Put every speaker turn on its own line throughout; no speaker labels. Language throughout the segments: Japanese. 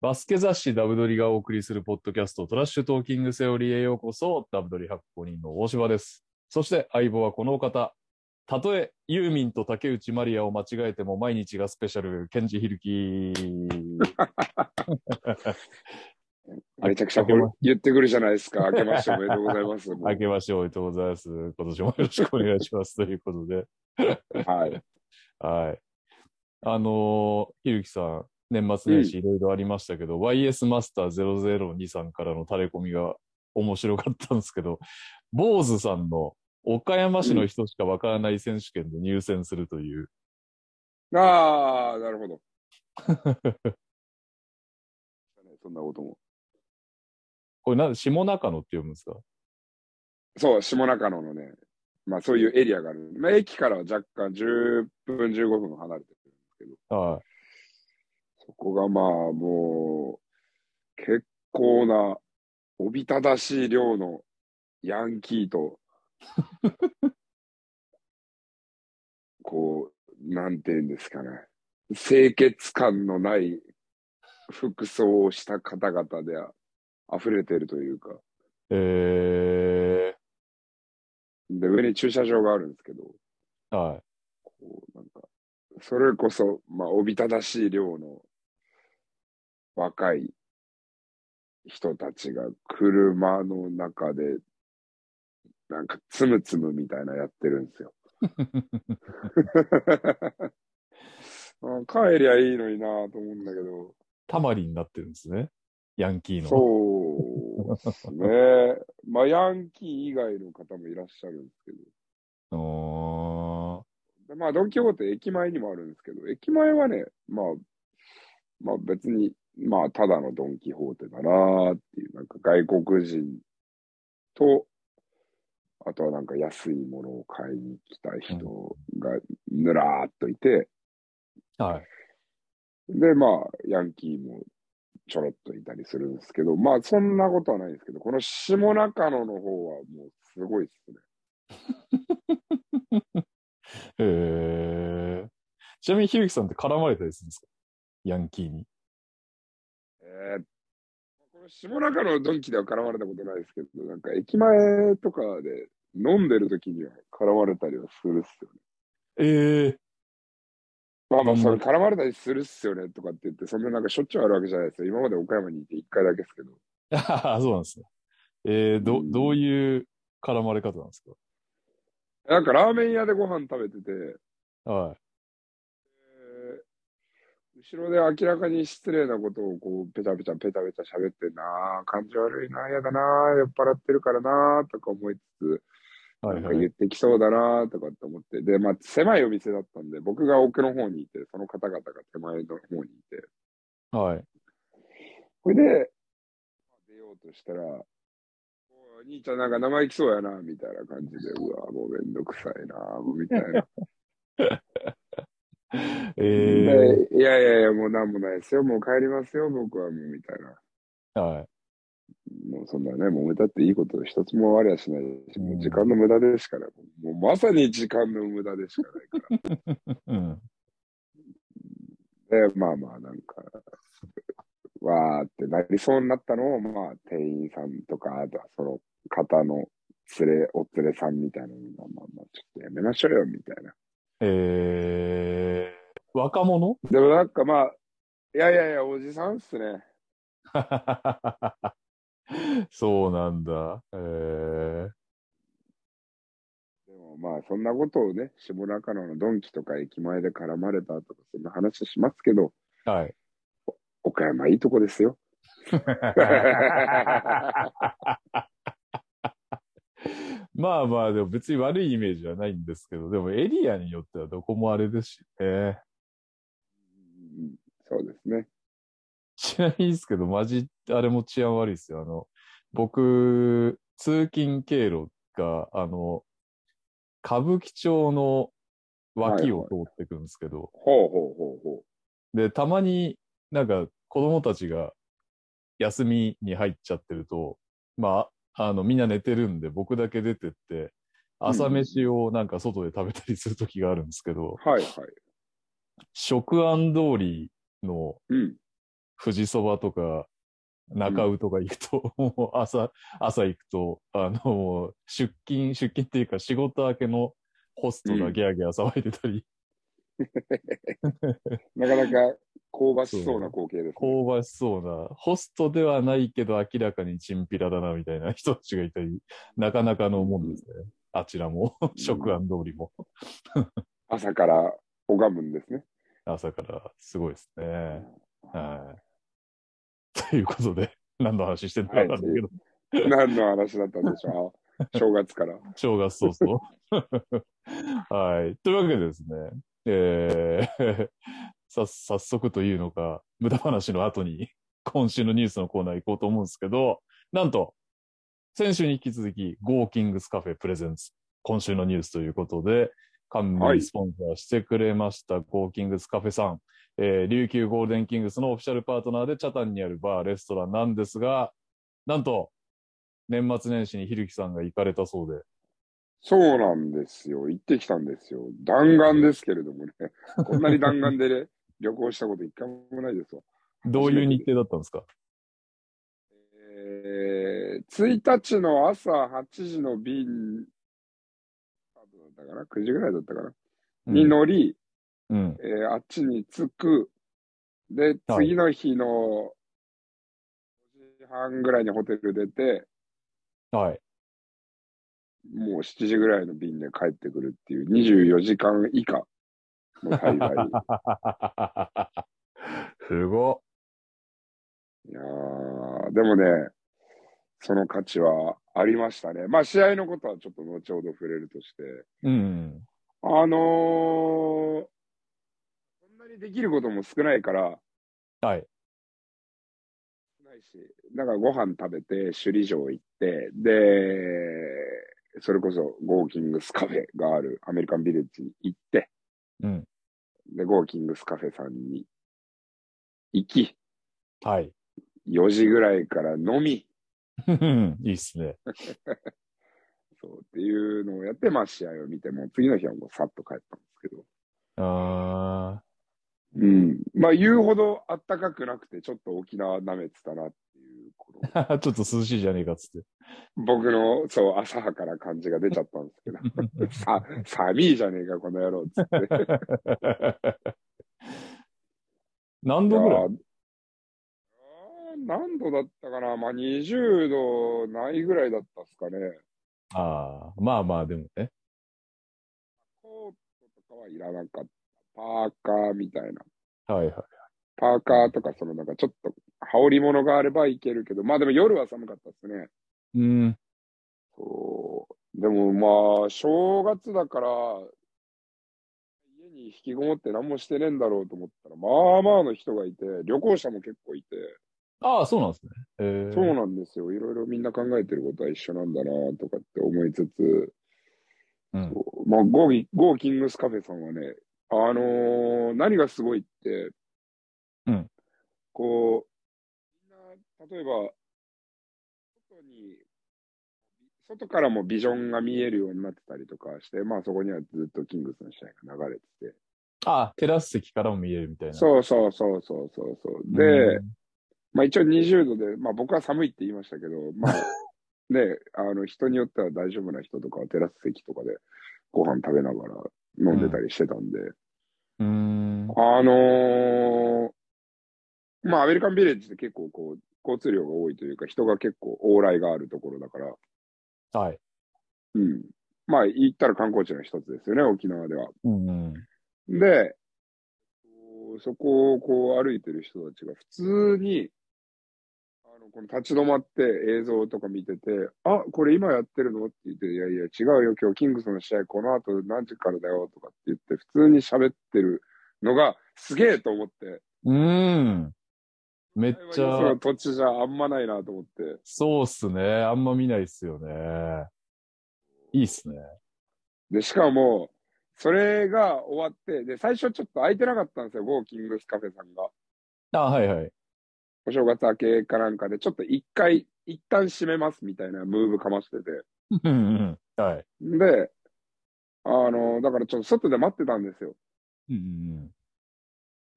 バスケ雑誌ダブドリがお送りするポッドキャストトラッシュトーキングセオリーへようこそ、ダブドリ発行人の大柴です。そして相棒はこのお方。たとえユーミンと竹内まりやを間違えても毎日がスペシャル、ケンジヒルキ。
めちゃくちゃこれ言ってくるじゃないです か。明けましておめでとうございます。もう
明けましておめでとうございます。今年もよろしくお願いします。ということで。
はい。
はい。あのーひるきさん、年末年始いろいろありましたけど、YS マスター0023さんからのタレコミが面白かったんですけど、坊主さんの岡山市の人しかわからない選手権で入選するという、
ああ、なるほ ど。そんなことも。
これなん、下中野って読むんですか
そう、下中野のね、まあそういうエリアがある。まあ駅からは若干10分、15分離れてる。
は
そこがまあもう、結構な、おびただしい量のヤンキーと、こう、なんて言うんですかね。清潔感のない服装をした方々で溢れてるというか。
い。え
で、上に駐車場があるんですけど、
ー、はい。
こう、なんか、それこそ、まあ、おびただしい量の若い人たちが車の中で、なんか、つむつむみたいなやってるんですよ。あ帰りゃいいのになと思うんだけど、
たまりになってるんですね。ヤンキーの。
そうですね。まあ、ヤンキー以外の方もいらっしゃるんですけ
う
ど、
ーん。
でまあ、ドン・キホーテ駅前にもあるんですけど、駅前はね、まあ、まあ別に、まあただのドン・キホーテだなーっていう、なんか外国人と、あとはなんか安いものを買いに来た人がぬらーっといて、
はい。
で、まあ、ヤンキーもちょろっといたりするんですけど、まあそんなことはないんですけど、この下中野の方はもうすごいですね。
えー、ちなみにひるきさんって絡まれたりするんですかヤンキーに。
えーこの下中のドンキでは絡まれたことないですけど、なんか駅前とかで飲んでる時には絡まれたりはするっすよね。
ええ
まあま
う
あ、
ん
それ絡まれたりするっすよねとかって言って、そんななんかしょっちゅうあるわけじゃないですよ。今まで岡山にいて1回だけですけど。
ああ、そうなんですね。えー、ど、
うん
どういう絡まれ方なんです
なんかラーメン屋でご飯食べてて、
かはい。
えー後ろで明らかに失礼なことをこう、ペタペタペタペタ喋ってんなあ感じ悪いなあやだなあ酔っ払ってるからなあとか思いつつ、
は
ないん
は
か
い。
言ってきそうだなとかって思って、で、まあ、狭いお店だったんで、僕が奥の方にいて、その方々が手前の方にいて、
はい。
それで、まあ出ようとしたら、おい兄ちゃんなんか生意気そうやな、みたいな感じで、うわ、もうめんどくさいな、もうみたい な。
えー、
でいやいやいや、もうなんもないですよ、もう帰りますよ、僕はもう、みたいな。
はい。
もうそんなね、もうだっていいこと一つもありゃしないし、
うん
もう時間の無駄でしかない。もうまさに時間の無駄でしかないから。
うん。
で、まあまあ、なんか、わーってなりそうになったのを、まあ、店員さんとか、あとはその方の連れ、お連れさんみたいなのが、まあまあ、ちょっとやめましょうよ、みたいな。
えー、若者
でもなんかまあ、いやいやいや、おじさんっすね。
そうなんだ。えー、
でもまあ、そんなことをね、下中野のドンキとか駅前で絡まれたとか、そんな話しますけど、
はい。
岡山いいとこですよ。
まあまあ、でも別に悪いイメージはないんですけど、でもエリアによってはどこもあれですしね。
うんそうですね。
ちなみにですけど、マジ、あれも治安悪いですよ。あの、僕、通勤経路が、あの、歌舞伎町の脇を通ってくるんですけど、
ほうほうほうほう。
で、たまになんか子供たちが休みに入っちゃってると、まあ、あの、みんな寝てるんで、僕だけ出てって、朝飯をなんか外で食べたりする時があるんですけど、
はいはい。
食安通りの
うん。
富士そばとか、中尾とか行くと、もう朝、朝行くと、あの、もう出勤、出勤っていうか仕事明けのホストがギャーギャー騒いでたり、
なかなか香ばしそうな光景です、ね。
香ばしそうな、ホストではないけど明らかにチンピラだなみたいな人たちがいたり、なかなかのもんですね。あちらも、食案通りも、
朝から拝むんですね。
朝からすごいですね。はい。ということで、何の話してんだかわかんないけど、
何の話だったんでしょう正月から。
正月早々。はい。というわけでですね、えー、 さ、早速というのか、無駄話の後に、今週のニュースのコーナー行こうと思うんですけど、なんと、先週に引き続き、ゴーキングスカフェプレゼンツ、今週のニュースということで、
は
冠
い
スポンサーしてくれました、ゴーキングスカフェさん、えー琉球ゴールデンキングスのオフィシャルパートナーで、チャタンにあるバー、レストランなんですが、なんと、年末年始にひるきさんが行かれたそうで、
そうなんですよ。行ってきたんですよ。弾丸ですけれどもね。こんなに弾丸で、 ね、旅行したこと一回もないですわ。
どういう日程だったんですか
えー、1日の朝8時の便、多分だったかな ?9 時ぐらいだったかな、に乗り、
うん。
えーあっちに着く。で、
はい
次の日の5時半ぐらいにホテル出て、
はい。
もう7時ぐらいの便で帰ってくるっていう24時間以下の滞 在。
すご
いやーでもね、その価値はありましたね。まあ、試合のことはちょっと後ほど触れるとして、
っ。うん。
あのーそんなにできることも少ないから、
はい。
少ないし、だからご飯食べて、首里城行って、で、それこそゴーキングスカフェがあるアメリカンビレッジに行って、
うん。
で、ゴーキングスカフェさんに行き、
はい。
4時ぐらいから飲み、
いいっすね。
そうっていうのをやって、まあ試合を見て、もう次の日はもうさっと帰ったんですけど。
あ
うん。まあ言うほど暖かくなくて、ちょっと沖縄舐めてたなっていう、こ の
ーちょっと涼しいじゃねえかっつって。
僕の、そう、浅はかな感じが出ちゃったんですけど、 さ、寒いじゃねえか、この野郎っつって。
何度ぐらい
あー何度だったかなまあ20度ないぐらいだったっすかね。
ああ、まあまあ、でもね。
コートとかはいらなかった。パーカーみたいな。
はいはい。
パーカーとか、そのなんかちょっと羽織物があればいけるけど、まあでも夜は寒かったですね。
うん。
そう。でもまあ、正月だから、家に引きこもって何もしてねえんだろうと思ったら、まあまあの人がいて、旅行者も結構いて、
ああ、そうなんですね。えー、
そうなんですよ。いろいろみんな考えてることは一緒なんだなとかって思いつつ、
うん
まあ、ゴーギゴーキングスカフェさんはね、あのー何がすごいって、
うん
こう、みんな、例えば、外に、外からもビジョンが見えるようになってたりとかして、まあそこにはずっとキングスの試合が流れてて。
ああ、テラス席からも見えるみたいな。う。
そうそうそうそうそうそう。で、
ん、
まあ一応20度で、まあ僕は寒いって言いましたけど、まあね、あの人によっては大丈夫な人とかはテラス席とかでご飯食べながら飲んでたりしてたんで、
うーん。
あのーまあアメリカンビレッジって結構こう、交通量が多いというか人が結構往来があるところだから、
はい。
うん。まあ言ったら観光地の一つですよね、沖縄では。
うんうん。
で、こうそこをこう歩いてる人たちが普通に、あの、この立ち止まって映像とか見てて、あ、これ今やってるのって言って、いやいや違うよ、今日キングスの試合この後何時からだよとかって言って、普通に喋ってるのがすげえと思って、
うーん。めっち
そ
ゃ
の、土地じゃあんまないなと思って、
そうっすね。あんま見ないっすよね。いいっすね。
で、しかも、それが終わって、で、最初ちょっと空いてなかったんですよ、ゴーキングスカフェさんが。
ああ、はいはい。
お正月明けかなんかで、ちょっと一回、一旦閉めますみたいなムーブかましてて。
うんうん。はい。
で、あの、だからちょっと外で待ってたんですよ。
うんうんう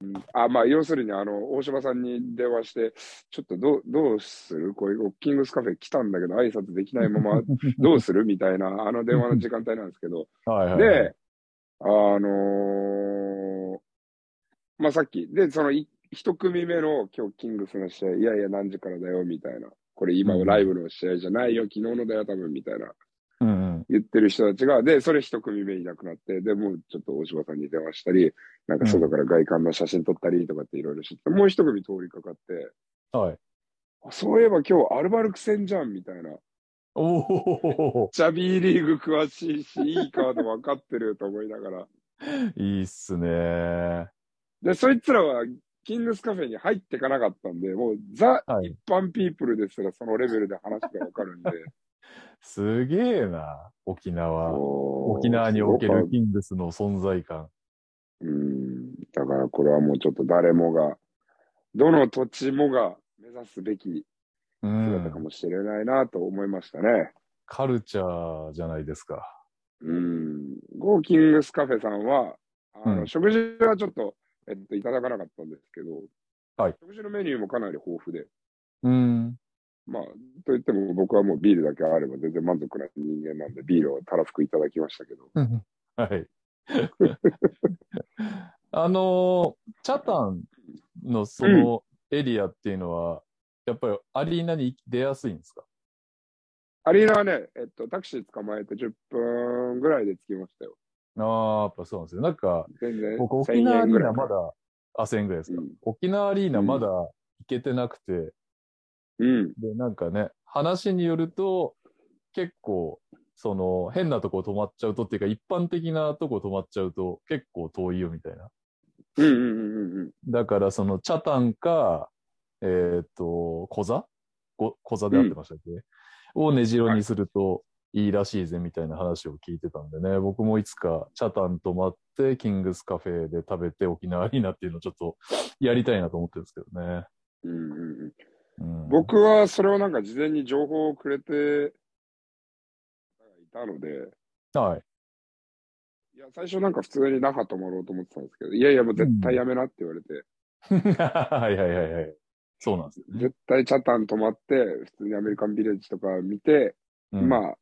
ん。
あ、まあ、要するに、あの、大島さんに電話して、ちょっとどう、どうするこういう、キングスカフェ来たんだけど、挨拶できないまま、どうするみたいな、あの電話の時間帯なんですけど、
はいはい。
で、あのーまあ、さっき、で、そのい一組目の今日キングスの試合、いやいや何時からだよ、みたいな。これ今
うん
ライブの試合じゃないよ、昨日のだよ、多分、みたいな。
うんうん。
言ってる人たちが、で、それ一組目いなくなって、で、もうちょっと大島さんに電話したり、なんか外から外観の写真撮ったりとかっていろいろしてて、もう一組通りかかって、
はい。
あそういえば今日アルバルク戦じゃん、みたいな。
おお
ジャビーリーグ詳しいし、いいカード分かってると思いながら。
いいっすね。
で、そいつらは、キングスカフェに入ってかなかったんで、もうザ・
はい。
一般ピープルですらそのレベルで話がわかる んで。
すげえな、沖縄。沖
沖
縄における。キングスの存在感。
うん。だからこれはもうちょっと誰もが、どの土地もが目指すべき
う
姿か
ん。
もしれないなと思いましたね。
カルチャーじゃないですか。
うん。ゴーキングスカフェさんは、あの、
うん
食事はちょっと、えっと、いただかなかったんですけど、
はい
食事のメニューもかなり豊富で、
うん。
まあ、といっても僕はもうビールだけあれば全然満足な人間なんで、ビールをたらふくいただきましたけど。
はい。 あのーチャタンのそのエリアっていうのは、やっぱりアリーナに出やすいんですか
アリーナはね、えっと、タクシー捕まえて10分ぐらいで着きましたよ。
ああ、やっぱそうなんですよ。なんか、
全然。
僕、
1000
沖縄ア
円
リ
ぐ
ー
らい
ナまだ、あ、1000円ぐらいですか。
うん
沖縄アリーナまだ行けてなくて、
うん。
で、なんかね、話によると、結構、その、変なとこ止まっちゃうとっていうか、一般的なとこ止まっちゃうと結構遠いよみたいな。
うんうんうんうんうん。
だから、その、チャタンか、えっ、と、小座ご小座であってましたっけ、を根城にするといいらしいぜみたいな話を聞いてたんでね、僕もいつかチャタン泊まって、キングスカフェで食べて沖縄アリーナっていうのをちょっとやりたいなと思ってるんですけどね。
うんうんうん、
うん、
僕はそれをなんか事前に情報をくれていたので、
はい。
いや、最初なんか普通に那覇泊まろうと思ってたんですけど、いやいやもう絶対やめなって言われて、
はいはいはいはい。そうなんですよね。
絶対チャタン泊まって、普通にアメリカンビレッジとか見て、
うん
まあ、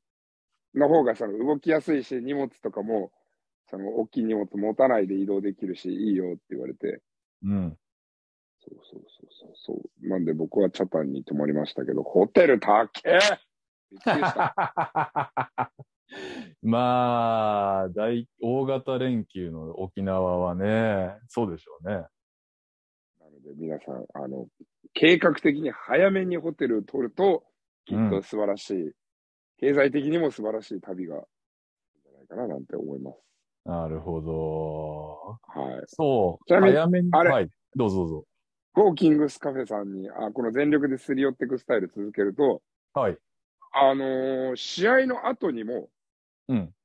の方がその動きやすいし、荷物とかも、その大きい荷物持たないで移動できるし、いいよって言われて、
うん。
そうそうそうそうそう。なんで僕はチャタンに泊まりましたけど、ホテル高えびっく りした。
まあ、大、大型連休の沖縄はね、そうでしょうね。
なので皆さん、あの、計画的に早めにホテルを取ると、きっと素晴らしい、経済的にも素晴らしい旅が、じゃないかななんて思います。
なるほど。
はい。
そう。
ちなみに
早めに。
あれ
はい。どうぞどうぞ。
ゴーキングスカフェさんに、あこの全力ですり寄っていくスタイル続けると、
はい。
あのー試合の後にも、
うん。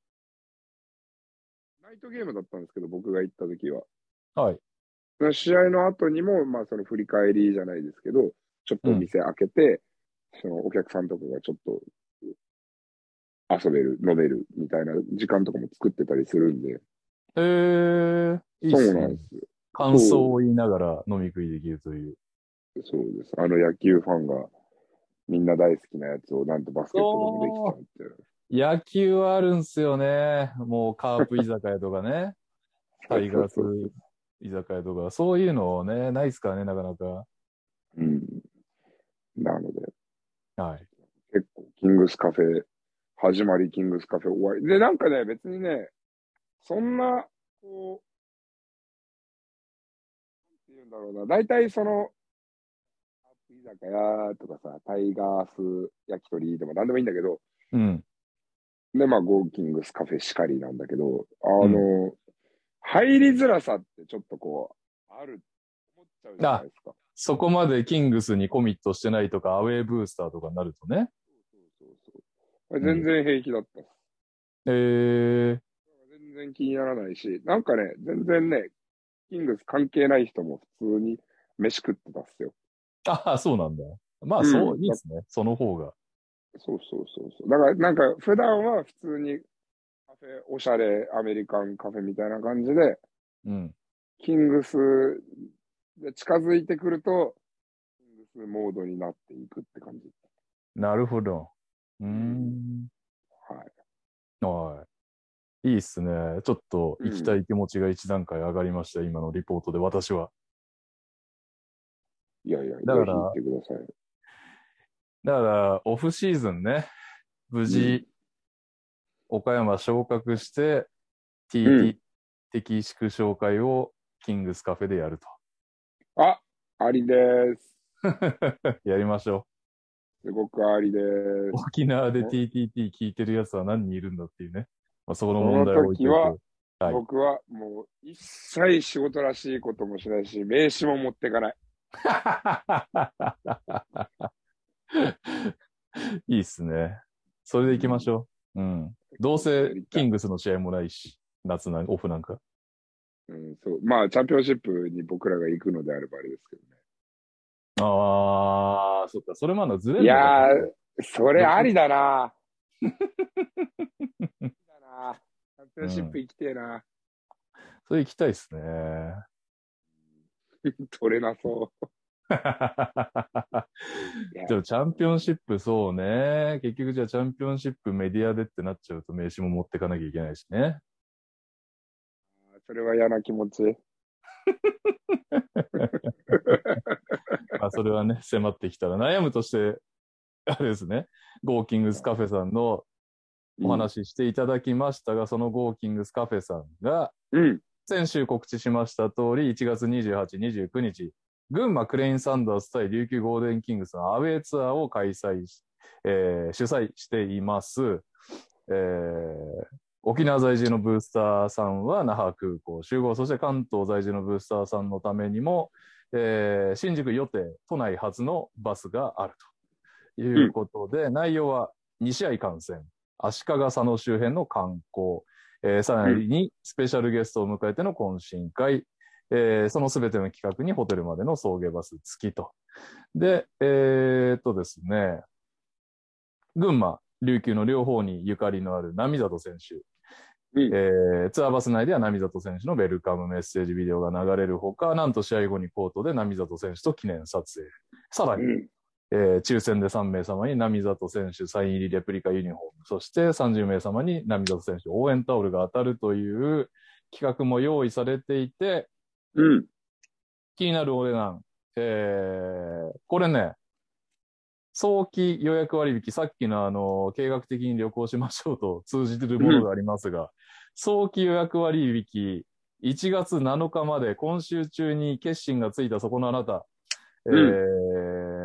ナイトゲームだったんですけど、僕が行った時は。
はい。
その試合の後にも、まあ、その振り返りじゃないですけど、ちょっとお店開けて、そのお客さんとかがちょっと、遊べる、飲めるみたいな時間とかも作ってたりするんで、
えー、いいっ
そう
す
な
ね
ん。です。
感想を言いながら飲み食いできるという。
そうです。あの野球ファンが、みんな大好きなやつを、なんとバスケットでもできちゃうっていう。
野球はあるんすよね。もうカープ居酒屋とか ね。タイガース居酒屋とか、そういうのね、ないっすからね、なかなか。
うん。なので、
はい。
結構、キングスカフェ、始まり、キングスカフェ終わり。で、なんかね、別にね、そんな、こう、なんて言うんだろうな、大体その、居酒屋とかさ、タイガース焼き鳥でも何でもいいんだけど、
うん。
で、まあ、ゴーキングスカフェしかりなんだけど、あの、入りづらさってちょっとこう、ある、思っちゃうじゃないですか。
そこまでキングスにコミットしてないとか、アウェーブースターとかになるとね。
そうそうそう。全然平気だった。
えー、
全然気にならないし、なんかね、全然ね、キングス関係ない人も普通に飯食ってたっすよ。
ああ、そうなんだ。まあ、
うん
そう、いいですね。その方が。
そうそうそうそう。だから、なんか、普段は普通にカフェ、おしゃれ、アメリカンカフェみたいな感じで、
うん。
キングスで近づいてくると、キングスモードになっていくって感じ。
なるほど。うーん。
はい。
はい。いいっすね。ちょっと行きたい気持ちが一段階上がりました、今のリポートで私は。
いやいや、
だから
ぜひ行ってください。
だから、オフシーズンね、無事、岡山昇格して、
う
TT 的祝勝会をキングスカフェでやると。
あ、ありです。
やりましょ
すごくありです
う。。沖縄で TTT 聞いてるやつは何人いるんだっていうね。まあ、そこの
その
問題を置いて
時は
おいてはい
僕はもう一切仕事らしいこともしないし、名刺も持っていかない。
いいっすね。それで行きましょう。うん。どうせキングスの試合もないし、夏なんオフなんか。
うん、そう。まあ、チャンピオンシップに僕らが行くのであればあれですけどね。
ああ、そっか、それまだずれる
い
のか
やー、それありだな。ありだなチャンピオンシップ行きてえな。
それ行きたいですね。
取れなそや
でもチャンピオンシップ、そうね。結局じゃあチャンピオンシップメディアでってなっちゃうと名刺も持ってかなきゃいけないしね。
う。それは嫌な気持ち。
まあそれはね、迫ってきたら悩むとして、あれですね。ゴーキングスカフェさんのお話ししていただきましたが、そのゴーキングスカフェさんが、
うん。
先週告知しました通り、1月28、29日、群馬クレインサンダース対琉球ゴールデンキングスのアウェイツアーを開催し、えー主催しています。えー沖縄在住のブースターさんは那覇空港集合、そして関東在住のブースターさんのためにも、えー新宿予定、都内初のバスがあるということで、内容は2試合観戦、足利佐野周辺の観光、えーさらにスペシャルゲストを迎えての懇親会、えーそのすべての企画にホテルまでの送迎バス付きと。で、えーっとですね、群馬、琉球の両方にゆかりのある波里選手、
うん
えーツアーバス内では波里選手のウェルカムメッセージビデオが流れるほか、なんと試合後にコートで波里選手と記念撮影。さら
う
に、
ん。
えー抽選で3名様に波里選手サイン入りレプリカユニフォーム、そして30名様に波里選手応援タオルが当たるという企画も用意されていて、
うん。
気になるお値段、えーこれね、早期予約割引、さっきのあの、計画的に旅行しましょうと通じてるものがありますが、早期予約割引、1月7日まで今週中に決心がついたそこのあなた、えー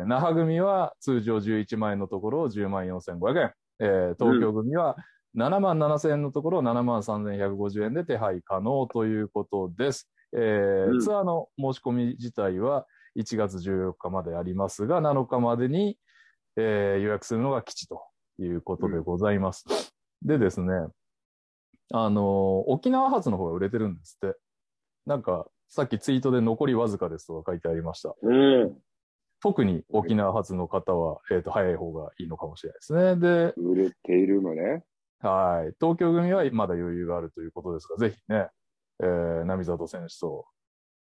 那覇組は通常11万円のところを10万4500円、えー東京組は7万7000円のところを7万3150円で手配可能ということです。えー
うん
ツアーの申し込み自体は1月14日までありますが、7日までに、えー予約するのが吉ということでございます。でですね、あのー沖縄発の方が売れてるんですって。なんか、さっきツイートで残りわずかですとか書いてありました。
うん。
特に沖縄発の方は、えっ、と、早い方がいいのかもしれないですね。で、
売れているのね。
はい。東京組はまだ余裕があるということですが、ぜひね、えー、波里選手と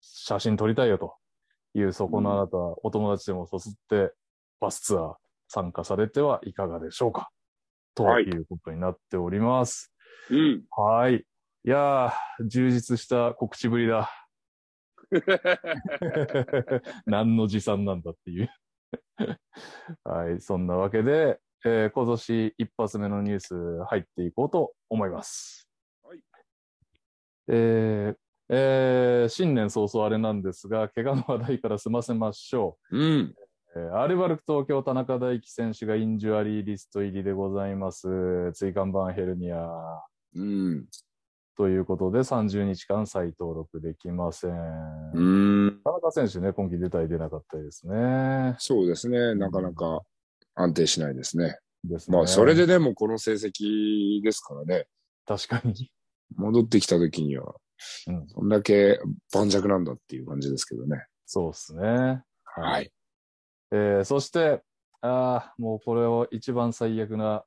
写真撮りたいよという、そこのあなた、お友達でもそすって、バスツアー参加されてはいかがでしょうかと
はい
いうことになっております。
うん。
はい。いやー、充実した告知ぶりだ。 何の持参なんだっていう。 はい、そんなわけで、えー今年一発目のニュース入っていこうと思います。
はい。
えーえー新年早々あれなんですが、怪我の話題から済ませましょう。
うん。
えーアルバルク東京田中大輝選手がインジュアリーリスト入りでございます。椎間板ヘルニア
うん。
ということで30日間再登録できません。
うん。
田中選手ね、今季出たり出なかったりですね。
そうですね。なかなか安定しないですね。
ですね
まあ、それででもこの成績ですからね。
確かに。
戻ってきた時には、
うん
そんだけ盤石なんだっていう感じですけどね。
そうですね。
は。い。
えーそして、ああ、もうこれを一番最 悪な、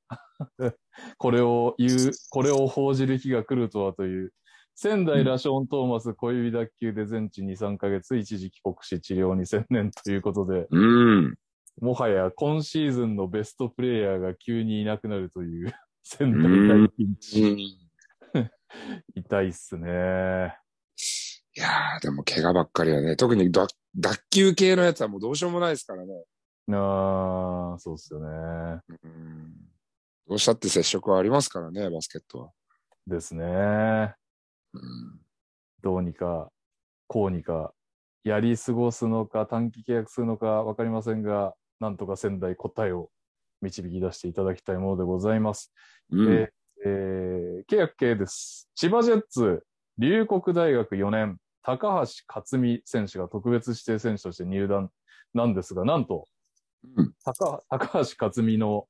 これを言う、これを報じる日が来るとはという、仙台ラショーン・トーマス小指脱臼で全治2、3ヶ月、一時帰国し治療に専念ということで、
うん。
もはや今シーズンのベストプレイヤーが急にいなくなるという、 仙台大ピンチ。
い
痛いっすね。
やー、でも怪我ばっかりはね、特に脱脱臼系のやつはもうどうしようもないですからね。
あー、そうっすよね。
うん。どうしたって接触はありますからね、バスケットは。
ですね。
うん。
どうにか、こうにか、やり過ごすのか、短期契約するのか分かりませんが、なんとか仙台答えを導き出していただきたいものでございます。
うん
えーえー契約系です。千葉ジェッツ、龍谷大学4年、高橋克実選手が特別指定選手として入団なんですが、なんと、
うん
高高橋克実の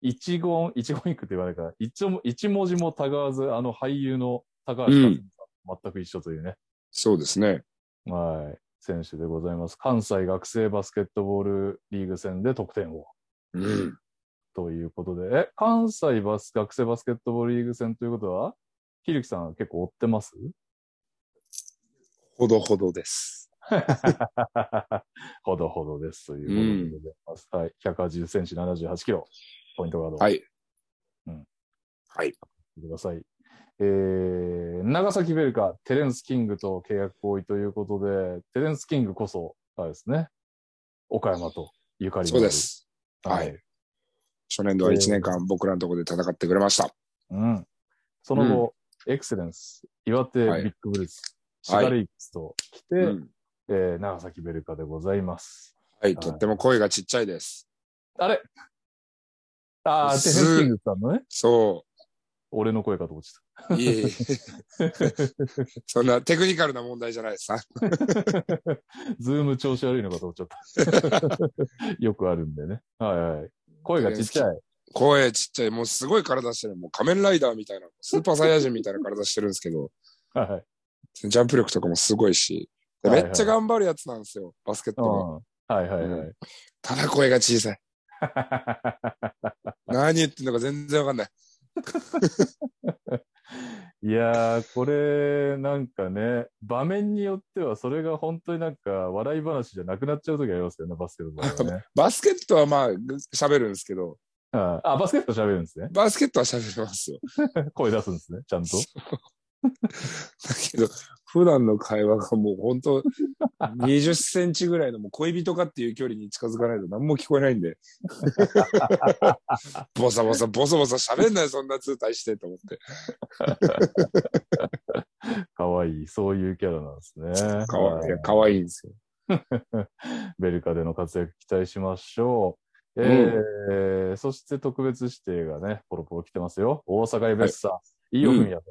一言、一言一句って言われるから、一文一文字もたがわず、あの俳優の高橋克実さん、全く一緒というね。
そうですね。
はい。選手でございます。関西学生バスケットボールリーグ戦で得点を。
うん。
ということで。え、関西バス、学生バスケットボールリーグ戦ということは、ひるきさんは結構追ってます
ほどほどです。
ほどほどです。ということでございます。はい。180センチ78キロ。ポイントガード。
はい。
うん。
はい。
ください。えー、長崎ベルカ、テレンス・キングと契約合意ということで、テレンス・キングこそ、あれですね、岡山とゆかりの
そ
あ
う
る
です。はい
はい。
初年度は1年間僕らのところで戦ってくれました。
うん。その後、エクセレンス、岩手ビ
はい
ッグブルース、シ
はい
ガレイクスと来て、
うん。
えー長崎ベルカでございます。
はい、とっても声がちっちゃいです。
あれああ、テレン
す
ス・キングさんのね、
そ
俺の声かと落ちた。
う。いえいえ。そんなテクニカルな問題じゃないです。
ズーム調子悪いのかと思っちゃ った。よくあるんでね。はいはい。声がちっちゃい。
声ちっちゃい。もうすごい体してる。もう仮面ライダーみたいな、スーパーサイヤ人みたいな体してるんですけど、
はいはい。
ジャンプ力とかもすごいし、で
はい
め
はい
っちゃ頑張るやつなんですよ、バスケッ
う
ト
ん
も。
はいはいはい。
ただ声が小 さい。何言ってんのか全然わかんない。
いやー、これ、なんかね、場面によっては、それが本当になんか、笑い話じゃなくなっちゃう時ありますよね、バスケットボール はね。
バスケットはまあ、ぐ喋るんですけど、
ああ、バスケット喋るんですね。
バスケットは喋りますよ。
声出すんですね、ちゃん と。
だけど、普段の会話がもう本当、20センチぐらいのもう恋人かっていう距離に近づかないと何も聞こえないん で。ボサボサ、ボソボソ喋んない、そんな通体してと思って。
かわいい、そういうキャラなんです ね。
かわいいいや、かわいいんですよ。
ベルカでの活躍期待しましょう。えーそして特別指定がね、ポロポロ来てますよ。大阪エベッサ、飯尾文也選手、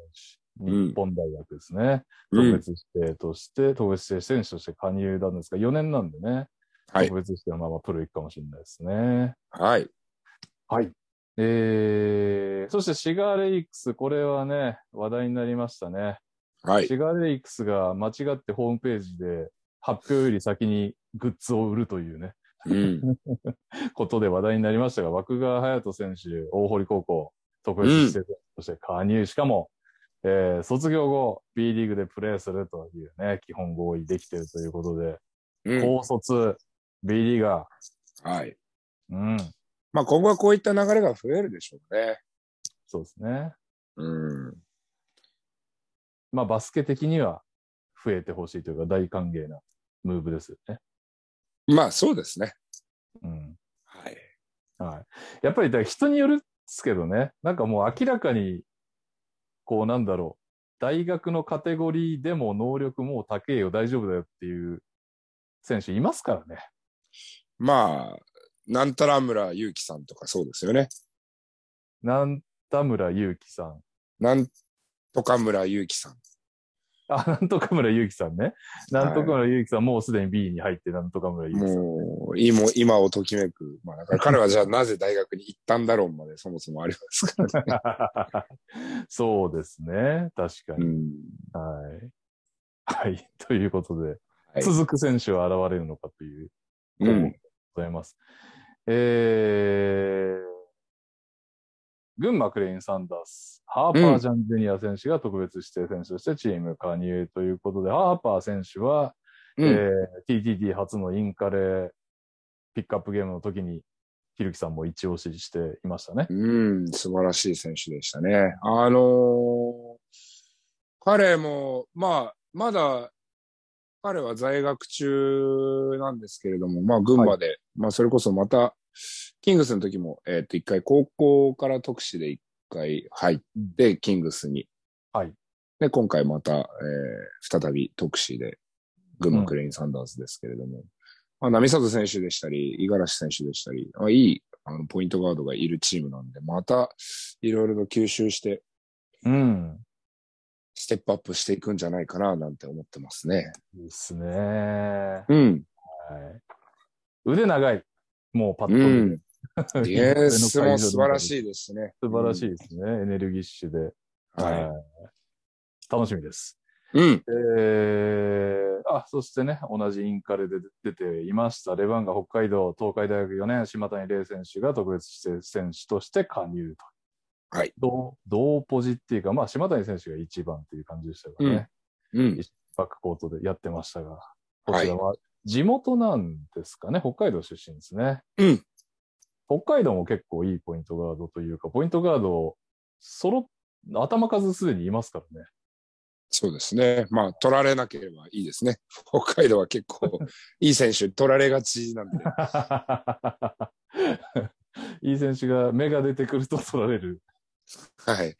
うん
日本大学ですね。
う
特
ん。
別指定として、特別指定選手として加入なんですが、4年なんでね。
はい
特別指定はまあまあプロ行くかもしれないですね。
はい。
えー、そしてシガレイクス、これはね、話題になりましたね。
はい。
シガレイクスが間違ってホームページで発表より先にグッズを売るというね、
うん。
ことで話題になりましたが、枠川隼人選手、大堀高校、特別指定選手として加入、しかも、えー卒業後、B リーグでプレーするというね、基本合意できてるということで、
うん。
高卒、B リーガ
はい。
ー、うん、
まあ今後はこういった流れが増えるでしょうね。
そうですね。
うん。
まあ、バスケ的には増えてほしいというか、大歓迎なムーブですよね。
まあそうですね。
うん。
はい。
はい。やっぱり、だから人によるっすけどね、なんかもう明らかに、こうなんだろう、大学のカテゴリーでも能力もう高えよ、大丈夫だよっていう選手いますからね。
まあ、なんたら村ゆうきさんとかそうですよね。
なん田村祐樹さん。
なんとか村ゆうきさん。
あ、 なんとか村祐樹さんね。なんとか村祐樹さん、もうすでに B に入って、なんとか村祐樹さん。
もう、今、今をときめく。まあ、だから 彼はじゃあなぜ大学に行ったんだろうまでそもそもありますから ね。
そうですね。確か
う
に。
ん。
はい。はい。ということで、
はい
続く選手は現れるのかという
うん。
ございます。えー、群馬クレイン・サンダース、ハーパー・ジャン・ジュニア選手が特別指定選手としてチーム加入ということで、ハーパー選手は、
うん
えー TTT 初のインカレピックアップゲームの時に、ひるきさんも一押ししていましたね。
うん、素晴らしい選手でしたね。あのー彼も、まあ、まだ、彼は在学中なんですけれども、まあ、群馬で、まあ、それこそまた、キングスの時も、えっ、と、一回、高校から特使で一回入って、キングスに。
はい。
で、今回また、えー再び特使で、群馬クレイン・サンダースですけれども、まあ、波里選手でしたり、五十嵐選手でしたり、まあ、いいあの、ポイントガードがいるチームなんで、また、いろいろと吸収して、
うん。
ステップアップしていくんじゃないかな、なんて思ってますね。
いいですね。は
うん。
い、腕長い。もうパッと
う
見る
ん。デ ィフェンスも素晴らしいですね。
素晴らし
い。
いですね。エネルギッシュで。
は
はい楽しみです。
い。うん。
えー、あ、そしてね、同じインカレで出ていました、レバンが北海道東海大学4年、島谷玲選手が特別指定選手として加入と。
はい。
同同ポジっていうか、まあ、島谷選手が一番っていう感じでしたからね、
うん。
バックコートでやってましたが、こちらは地元なんですかね、北海道出身ですね。
うん。
北海道も結構いいポイントガードというか、ポイントガード、揃っ、頭数すでにいますからね。
そうですね。まあ、取られなければいいですね。 北海道は結 構、いい選手、取られがちなんで。
いい選手が目が出てくると取られる。
はい。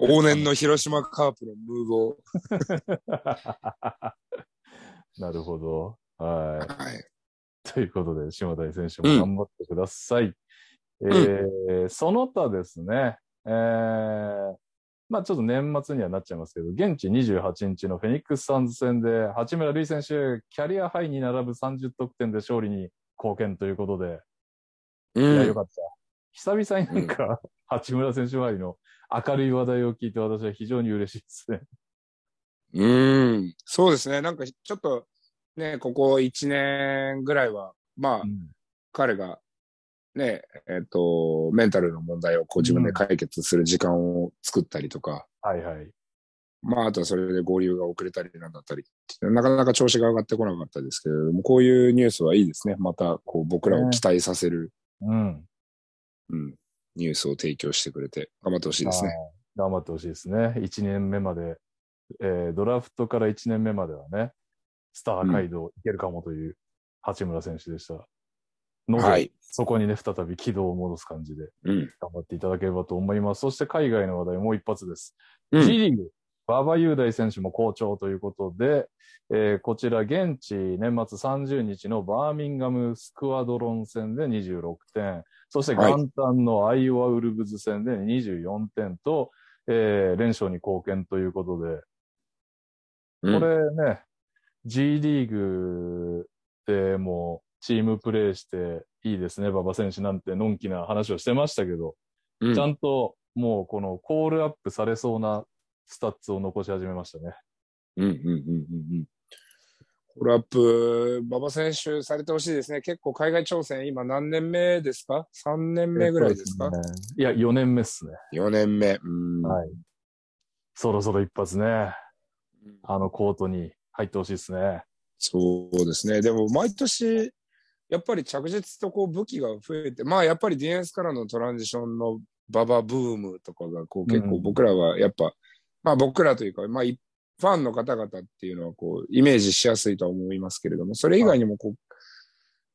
往年の広島カープのムーブを。
なるほど。は
はい。
い。ということで、島谷選手も頑張ってください。えーその他ですね、えーまあちょっと年末にはなっちゃいますけど、現地28日のフェニックスサンズ戦で、八村塁選手、キャリアハイに並ぶ30得点で勝利に貢献ということで、
う
いや、
ん
よ。かった。久々になんか、八村選手周りの明るい話題を聞いて私は非常に嬉しいですね。
うーん、そうですね。なんかちょっとね、ここ1年ぐらいは、まあ、彼がね、えっ、と、メンタルの問題をこう自分で解決する時間を作ったりとか、
はいはい。
まあ、あとはそれで合流が遅れたりなんだったりっていう、なかなか調子が上がってこなかったですけれども、こういうニュースはいいですね。また、こう、僕らを期待させる、
うん。
うん、ニュースを提供してくれて、頑張ってほしいですね。
はい頑張ってほしいですね。1年目まで、えードラフトから1年目まではね、スター街道いけるかもという八村選手でした。ので、
はい
そこにね、再び軌道を戻す感じで
うん。
頑張っていただければと思います。そして海外の話題もう一発です。
うん
G リーグ、馬場雄大選手も好調ということで、えーこちら現地年末30日のバーミンガムスクワドロン戦で26点、そして
はい
元旦のアイオワウルブズ戦で24点と、えー連勝に貢献ということで、
うん
これね、G リーグでもチームプレーしていいですね、馬場選手なんてのんきな話をしてましたけど、
うん
ちゃんともうこのコールアップされそうなスタッツを残し始めましたね。
うんうんうんうんうん。コラップ、馬場選手されてほしいですね。結構海外挑戦、今何年目ですか ?3 年目ぐらいですか、
そうねいや、4年目っすね。
?4 年目。うん。
はい。そろそろ一発ね、
うん
あのコートに入ってほしいですね。
そうですね。でも毎年、やっぱり着実とこう武器が増えて、まあやっぱりディフェンスからのトランジションの馬場ブームとかがこう結
う
構
ん
僕らはやっぱ、まあ僕らというか、まあいファンの方々っていうのはこうイメージしやすいとは思いますけれども、それ以外にもこう、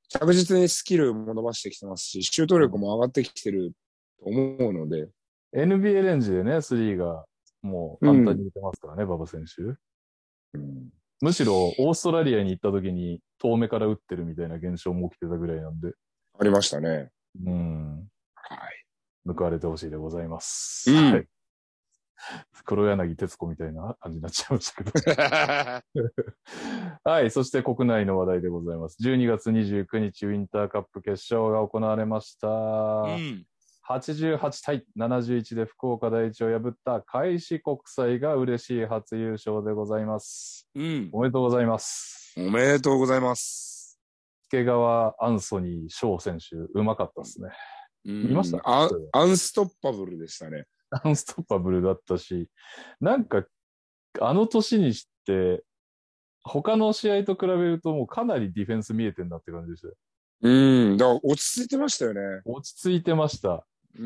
着実にスキルも伸ばしてきてますし、シュート力も上がってきてると思うので、
NBA レンジでね、3がもう簡単に打てますからね、馬、場、選手。
うん
むしろオーストラリアに行った時に遠目から打ってるみたいな現象も起きてたぐらいなんで、
ありましたね。
うん、
はい。
報われてほしいでございます。
うん
はい黒柳徹子みたいな感じになっちゃいましたけど。はい。そして国内の話題でございます。12月29日、ウィンターカップ決勝が行われました。
うん。
88対71で福岡第一を破った開志国際が嬉しい初優勝でございます。
うん。
おめでとうございます。
おめでとうございます。
助川アンソニー翔選手、うまかったですね。
見
ました
アンアンストッパブルでしたね。
アンストッパブルだったし、なんか、あの年にして、他の試合と比べるともうかなりディフェンス見えてんなって感じでしたよ。
うん。だから落ち着いてましたよね。
落ち着いてました。
うん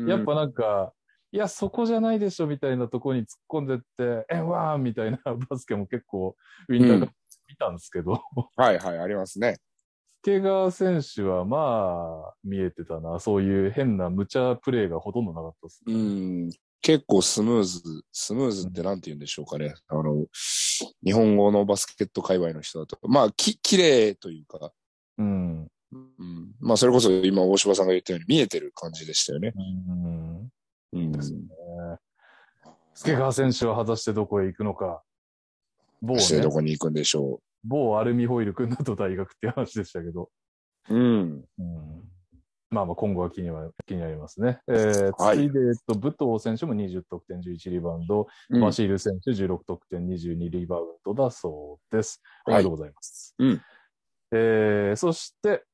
やっぱなんか、いや、そこじゃないでしょみたいなとこに突っ込んでって、え、わーみたいなバスケも結構、ウィンターカップ見たんですけど、
はいはい、ありますね。
介川選手はまあ、見えてたな。そういう変な無茶プレーがほとんどなかったです。
うん。結構スムーズ、スムーズってなんて言うんでしょうかね。あの、日本語のバスケット界隈の人だと。まあ、き、綺麗というか、
うん。
うん。まあ、それこそ今大柴さんが言ったように見えてる感じでしたよね。
うん。
うん。
です介川選手は果たしてどこへ行くのか。某
そして
ね
ど、こに行くんでしょ
某アルミホイル君だと大学っていう話でしたけど。
う。うん。
うんまあまあ今後は気には、気になりますね。えー、
はい
次で、えっと、武藤選手も20得点11リバウンド、
うん
マシール選手16得点22リバウンドだそうです。お
はい
めでとうございます。
うん
えーそして、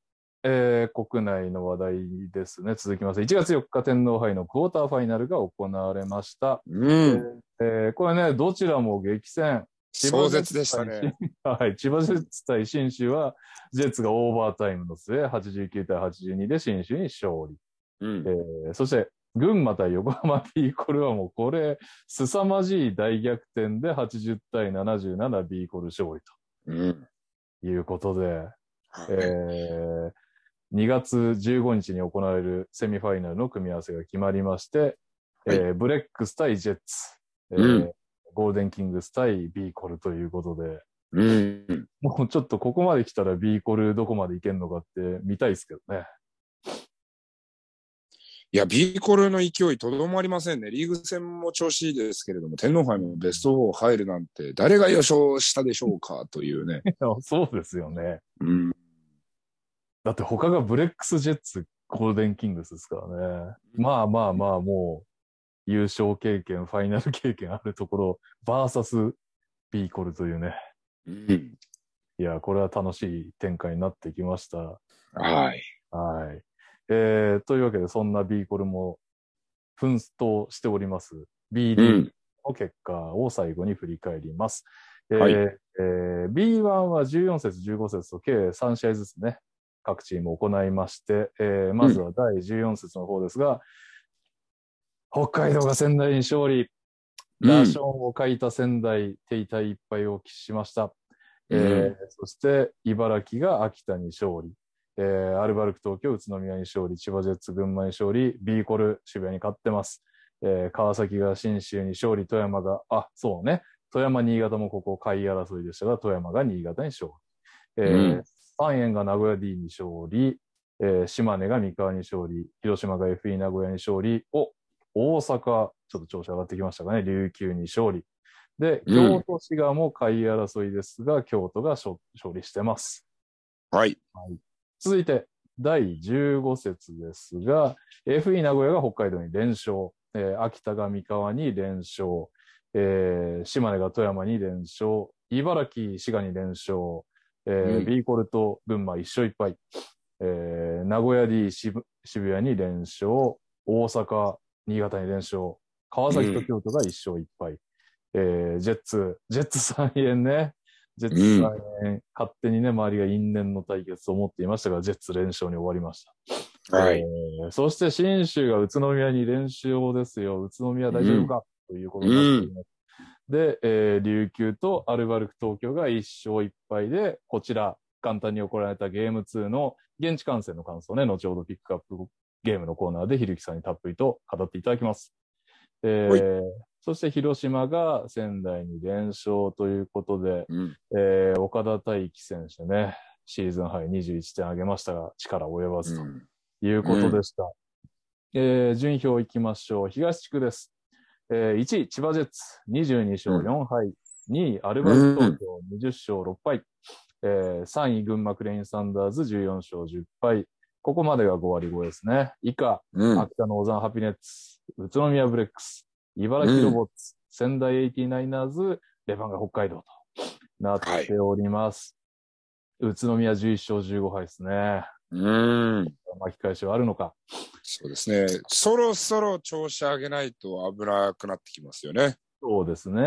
えー国内の話題ですね。続きます。1月4日天皇杯のクォーターファイナルが行われました。
うん。
えーこれね、どちらも激戦。
壮絶でしたね。
はい。千葉ジェッツ対新州は、ジェッツがオーバータイムの末、89対82で新州に勝利。
うん
えーそして、群馬対横浜 B、これはもうこれ、凄まじい大逆転で80対 77B コール勝利
うん。
ということで、えー2月15日に行われるセミファイナルの組み合わせが決まりまして、
はい
えーブレックス対ジェッツ、えー
うん
ゴールデンキングス対 B コルということで、
うん。
もうちょっとここまで来たら B コルどこまでいけるのかって見たいですけど ね。
いや、ビーコルの勢いとどまりませんね。リーグ戦も調子いいですけれども、天皇杯もベスト4入るなんて、誰が予想したでしょうかとい うね。
そうですよね。
うん。
だって他がブレックス・ジェッツ、ゴールデンキングスですからね。まあまあまあ、もう、優勝経験、ファイナル経験あるところ、バーサス B コルというね。
うん。
いや、これは楽しい展開になってきました。
はい。
はい。えー、というわけで、そんな B コルも奮闘しております。B リーグ。の結果を最後に振り返ります。えー
はい
えー B1 は14節、15節と計3試合ずつね、各チーム行いまして、えーまずは第14節の方ですが、北海道が仙台に勝利、
うん
ラーションを欠いた仙台、手痛い一敗を喫しました。えー
うん
そして、茨城が秋田に勝利、えーアルバルク東京、宇都宮に勝利、千葉ジェッツ、群馬に勝利、B コル、渋谷に勝ってます。えー川崎が信州に勝利、富山が、あ、そうね。富山、新潟もここ、下位争いでしたが、富山が新潟に勝利。えー
うん
三円が名古屋 D に勝利、えー島根が三河に勝利、広島が FE 名古屋に勝利、お、大阪、ちょっと調子上がってきましたかね、琉球に勝利。で、
う
京
ん
都、滋賀も下位争いですが、京都が勝勝利してます。
はい。
続いて、第15節ですが、FE 名古屋が北海道に連勝、えー秋田が三河に連勝、えー島根が富山に連勝、茨城、滋賀に連勝、えー
うん
B コルと群馬一勝一敗、えー名古屋 D 渋渋谷に連勝、大阪、新潟に連勝、川崎と京都が一勝一敗、えージェッツ、ジェッツ3円ね、ジェッツ3円、勝手にね、周りが因縁の対決と思っていましたが、ジェッツ連勝に終わりました。
はい
え。ーそして、新州が宇都宮に練習をですよ。宇都宮大丈夫か、ということになっています。で、えー琉球とアルバルク東京が1勝1敗で、こちら、簡単に行われたゲーム2の現地観戦の感想ね、後ほどピックアップゲームのコーナーで、ひるきさんにたっぷりと語っていただきます。えー
は
そして、広島が仙台に連勝ということで、
うん。
えー岡田大輝選手ね、シーズン杯21点上げましたが、力及ばずと。いうことでした。えー順位表いきましょう。東地区です。えー1位、千葉ジェッツ、22勝4敗。2位、アルバルク東京、20勝6敗。えー3位、群馬クレインサンダーズ、14勝10敗。ここまでが5割超えですね。以下、
うん。
秋田ノーザンハピネッツ、宇都宮ブレックス、茨城ロボッツ、仙台エイティナイナーズ、レバンが北海道となっております。宇都宮11勝15敗ですね。
うん。
巻き返しはあるのか。
そうですね。そろそろ調子上げないと危なくなってきますよね。
そうですね。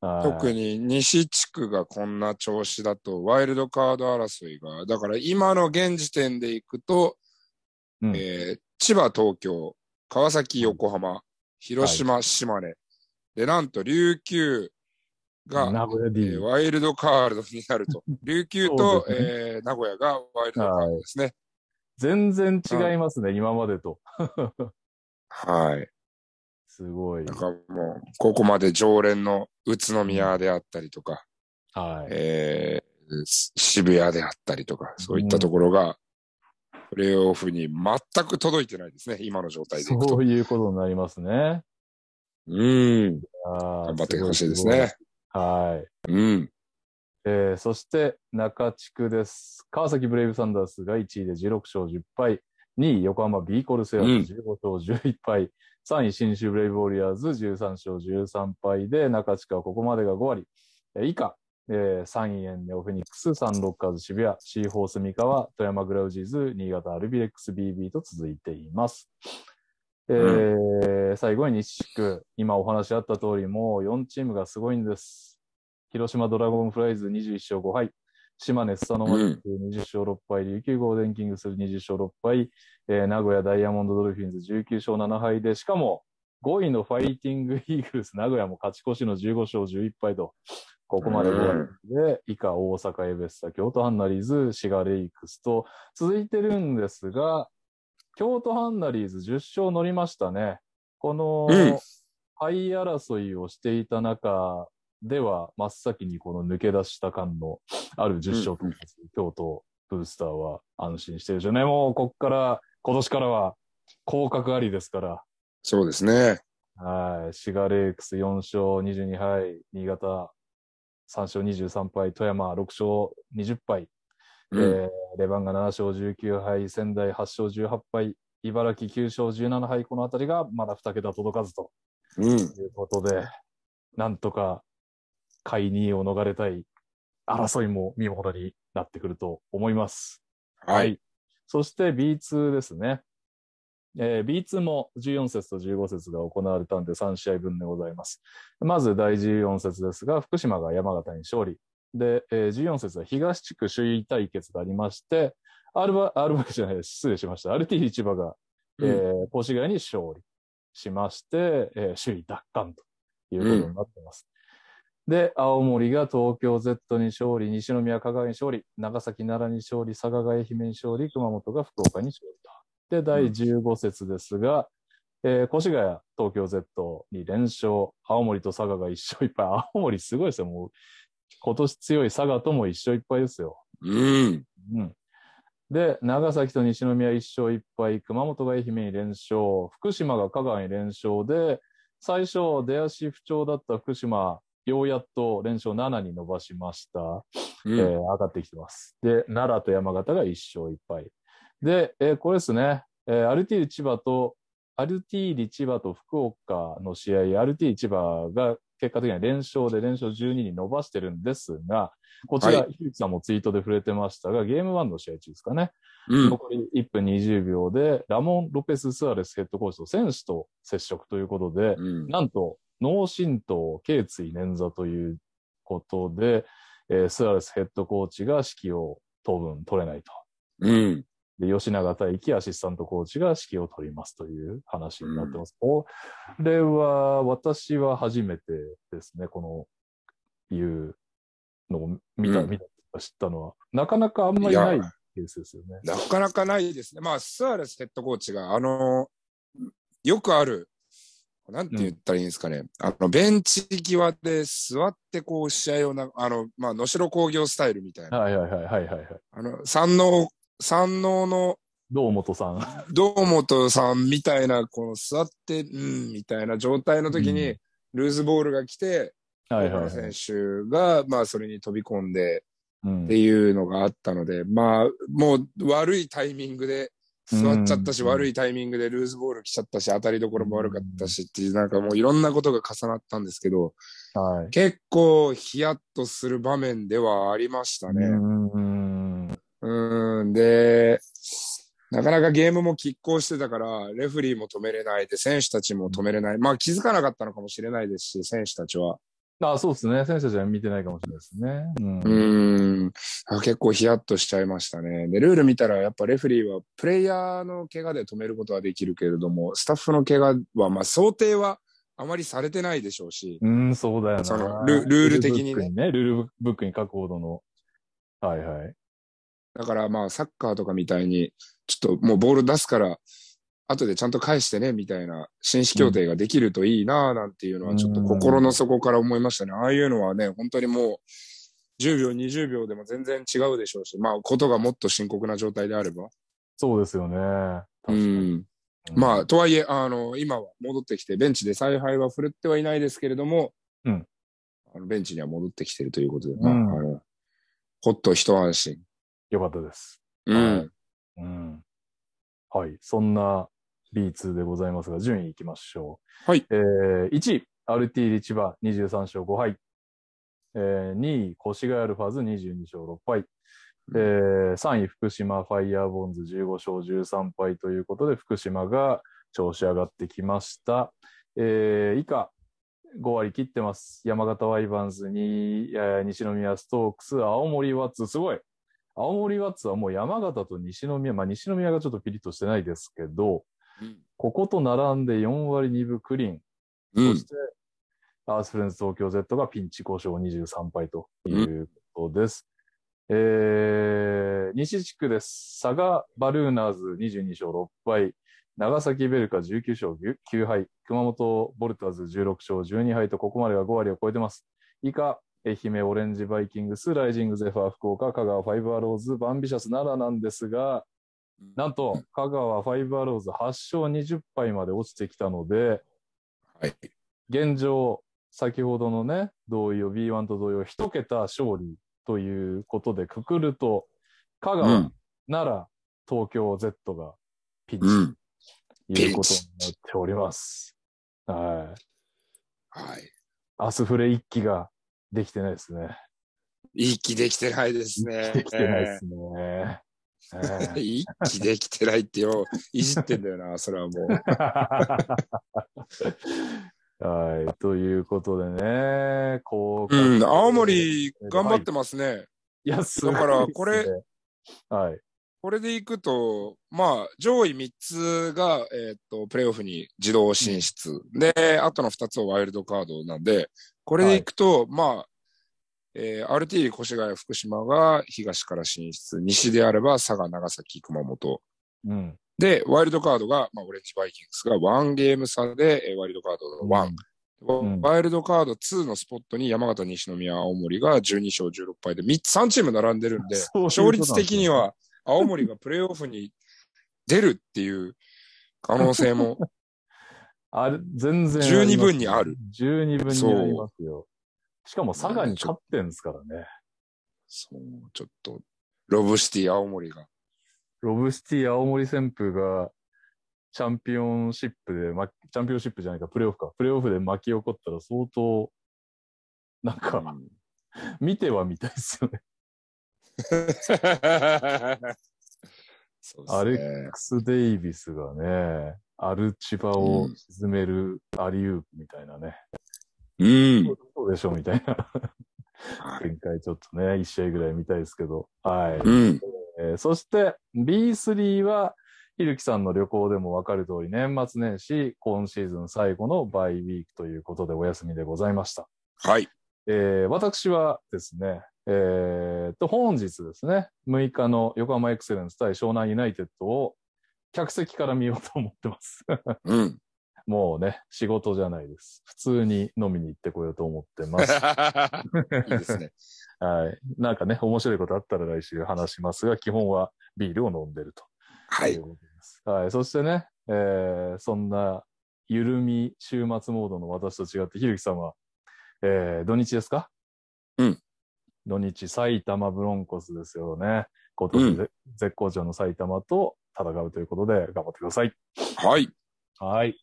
はい
特に西地区がこんな調子だと、ワイルドカード争いが、だから今の現時点でいくと、
うん
えー千葉、東京、川崎、横浜、広島、島根。で、なんと琉球が、
名古屋
え
D
ー。ワイルドカードにな ると。琉球と、
そうです
えー名古屋がワイルドカードですね。
全然違いますね、今までと。
はい。
すごい
なん。かもう、ここまで常連の宇都宮であったりとか、
はい。
えーし渋谷であったりとか、そういったところが、プレーオフに全く届いてないですね、今の状態でいく
そ
と。
ういうことになりますね。
うん。
頑
頑張ってほしいです。ね。
はい。
うん。
えーそして、中地区です。川崎ブレイブサンダースが1位で16勝10敗。2位、横浜 B コルセアーズ15勝11敗。3位、新州ブレイブウォリアーズ13勝13敗で、中地区はここまでが5割。えー以下、えー3位、エンネオフェニックス、サンロッカーズ渋谷、シーホース三河、富山グラウジーズ、新潟アルビレックス BB と続いています。えー最後に西地区、今お話あった通り、もう4チームがすごいんです。広島ドラゴンフライズ21勝5敗、島根スサノマリック20勝6敗、琉球ゴールデンキングス20勝6敗、えー名古屋ダイヤモンドドルフィンズ19勝7敗で、しかも5位のファイティングイーグルス名古屋も勝ち越しの15勝11敗と、ここまで5割で、以下大阪エベッサ、京都ハンナリーズ、滋賀レイクスと続いてるんですが、京都ハンナリーズ10勝乗りましたね。この、
うん
敗争いをしていた中では、真っ先にこの抜け出した感のある10勝と、京都ブースターは安心してるでしょうね。もう、こっから、今年からは、降格ありですから。
そうですね。
はい。シガレークス4勝22敗、新潟3勝23敗、富山6勝20敗、
うん。
えーレバンが7勝19敗、仙台8勝18敗、茨城9勝17敗、このあたりがまだ2桁届かずと
うん。
いうことで、なんとか、下位2位を逃れたい争いも見ものになってくると思います。
はい。。
そして B2 ですね。えー B2 も14節と15節が行われたんで3試合分でございます。まず第14節ですが、福島が山形に勝利。で、えー14節は東地区首位対決がありまして、アルバ、アルバじゃない、失礼しました。アルティー千葉が、え
うん
ー、越谷に勝利しまして、えー首位奪還ということになっています。で、青森が東京 Z に勝利、西宮香川に勝利、長崎奈良に勝利、佐賀が愛媛に勝利、熊本が福岡に勝利と。で、第15節ですが、えー、越谷、東京 Z に連勝、青森と佐賀が一勝一敗。青森すごいですよ、もう。今年強い佐賀とも一勝一敗ですよ。
うん。
うん。で、長崎と西宮一勝一敗、熊本が愛媛に連勝、福島が香川に連勝で、最初、出足不調だった福島、ようやっと連勝7に伸ばしました。
う
えー
ん。
上がってきてます。で、奈良と山形が1勝1敗。で、えーこれですね、えーアルティーリ千葉と、アルティーリ千葉と福岡の試合、アルティーリ千葉が結果的には連勝で連勝12に伸ばしてるんですが、こちら、
は
ひゆきさんもツイートで触れてましたが、ゲーム1の試合中ですかね、
うん。
残り1分20秒で、ラモン・ロペス・スアレスヘッドコーチと選手と接触ということで、
うん。
なんと、脳震盪、頸椎捻挫ということで、えースアレスヘッドコーチが指揮を当分取れないと。
うん。
で、吉永大輝アシスタントコーチが指揮を取りますという話になってます。これは、私は初めてですね、この、いうのを見た、
うん
見た、知ったのは。なかなかあんまりない
いや
ケースですよね。
なかなかないですね。まあ、スアレスヘッドコーチが、あの、よくある、なんて言ったらいいんですかね。あの、ベンチ際で座って、こう、試合をな、あの、まあ、能代工業スタイルみたいな。
はいはいはいはいはいはい。
あの、山王、山王の
堂本さん。は
堂本さんみたいな、この座って、うん、みたいな状態の時に、
う
ルーズボールが来て、
いはい、は
大
い
原。選手が、まあ、それに飛び込んで、
うん
っていうのがあったので、まあ、もう悪いタイミングで座っちゃったし、
うん
悪いタイミングでルーズボール来ちゃったし、当たりどころも悪かったしっていう、なんかもういろんなことが重なったんですけど、
はい。
結構ヒヤッとする場面ではありました
う
ね。
んうんうん
うん、で、なかなかゲームも拮抗してたから、レフェリーも止めれないで、選手たちも止めれない。まあ気づかなかったのかもしれないですし、選手たちは。
あそうですね。選手たちは見てないかもしれないですね。うん。
うーん。あ結構ヒヤッとしちゃいましたね。で、ルール見たらやっぱレフェリーはプレイヤーの怪我で止めることはできるけれども、スタッフの怪我は、まあ想定はあまりされてないでしょうし、
うん、そうだよ
そ
な。
のルルール的にね
ルールブックね。ルールブックに書くほどの。はいはい。
だからまあサッカーとかみたいに、ちょっともうボール出すから、後でちゃんと返してね、みたいな、紳士協定ができるといいなあなんていうのは、ちょっと心の底から思いましたね。ああいうのはね、本当にもう、10秒、20秒でも全然違うでしょうし、まあ、ことがもっと深刻な状態であれば。
そうですよね。
う
確かに。
ん。まあ、とはいえ、あの、今は戻ってきて、ベンチで采配は振るってはいないですけれども、
うん
あのベンチには戻ってきてるということで、
ん
まあ、あの、ほっと一安心。
よかったです。
う
はい
ん。
うん。はい。そんな B2 でございますが、順位いきましょう。
はい。
えー、1位、RT リチバ23勝5敗。えー、2位、越谷アルファーズ22勝6敗。えー、3位、福島ファイヤーボンズ15勝13敗ということで、福島が調子上がってきました。えー、以下、5割切ってます。山形ワイバンズに、えー西宮ストークス、青森ワッツ、すごい青森ワッツはもう山形と西宮、まあ西宮がちょっとピリッとしてないですけど、ここと並んで4割2分クリーン。
うん。
そして、アースフレンズ東京 Z がピンチ交渉23敗ということです。えー、西地区です。佐賀バルーナーズ22勝6敗。長崎ベルカ19勝9敗。熊本ボルターズ16勝12敗とここまでが5割を超えてます。以下、愛媛オレンジバイキングス、ライジングゼファー福岡、香川ファイブアローズ、バンビシャス奈良なんですが、なんと、香川ファイブアローズ8勝20敗まで落ちてきたので、
はい。
現状、先ほどのね、同様、B1 と同様、一桁勝利ということでくくると、香川、
うん
奈良、東京 Z がピンチ
うん。
ということになっております。はい。
はい。
アスフレ一期ができてないですね。
一気できてないですね。
できてないですね。
えー一気できてないってよ、いじってんだよな、それはもう。
はい。ということでね、こう。
うん、青森、頑張ってますね。
いや、す
だからこれ、
はい。
これでいくと、まあ、上位3つが、えーっと、プレイオフに自動進出。で、あとの2つはワイルドカードなんで、これでいくと、まあ、えー、RT、越谷、福島が東から進出。西であれば佐賀、長崎、熊本。
うん。
で、ワイルドカードが、まあ、オレンジバイキングスが1ゲーム差で、えーワイルドカードが1。
ん
ワイルドカード2のスポットに山形、西宮、青森が12勝16敗で3つ、3チーム並んでるんで、
そういうことな
勝
んですね
率的には青森がプレイオフに出るっていう可能 性も、
あれ、全然。
十二分にある。
十二分にありますよ。しかも佐賀に
うんちょ
勝ってんですからね。
そう、ちょっと、ロブシティ青森が。
ロブシティ青森旋風が、チャンピオンシップで、ま、チャンピオンシップじゃないか、プレイオフか。プレイオフで巻き起こったら相当、なん
う
か、
ん
見てはみたいですよね。
そう
あ
で
れ
すね
マッ。クス・デイビスがね、アルチバを沈めるアリウープみたいなね。
うん。
そうでしょうみたいな
はい
展開ちょっとね、一試合ぐらい見たいですけど。はい。
うん。
えーそして B3 は、ひるきさんの旅行でもわかる通り、年末年始、今シーズン最後のバイウィークということでお休みでございました。
はい。
えー私はですね、えーっと、本日ですね、6日の横浜エクセレンス対湘南ユナイテッドを客席から見ようと思ってます。
うん。
もうね、仕事じゃないです。普通に飲みに行ってこようと思ってます。
いいですね。
はい。なんかね、面白いことあったら来週話しますが、基本はビールを飲んでると。
は
とい。
いう
ことです。はい。そしてね、えーそんな、ゆるみ週末モードの私と違って、ひるきさんは、えー土日ですか
うん。
土日、埼玉ブロンコスですよね。今年、ぜ絶好調の埼玉と戦うということで、頑張ってください。
はい。
はい。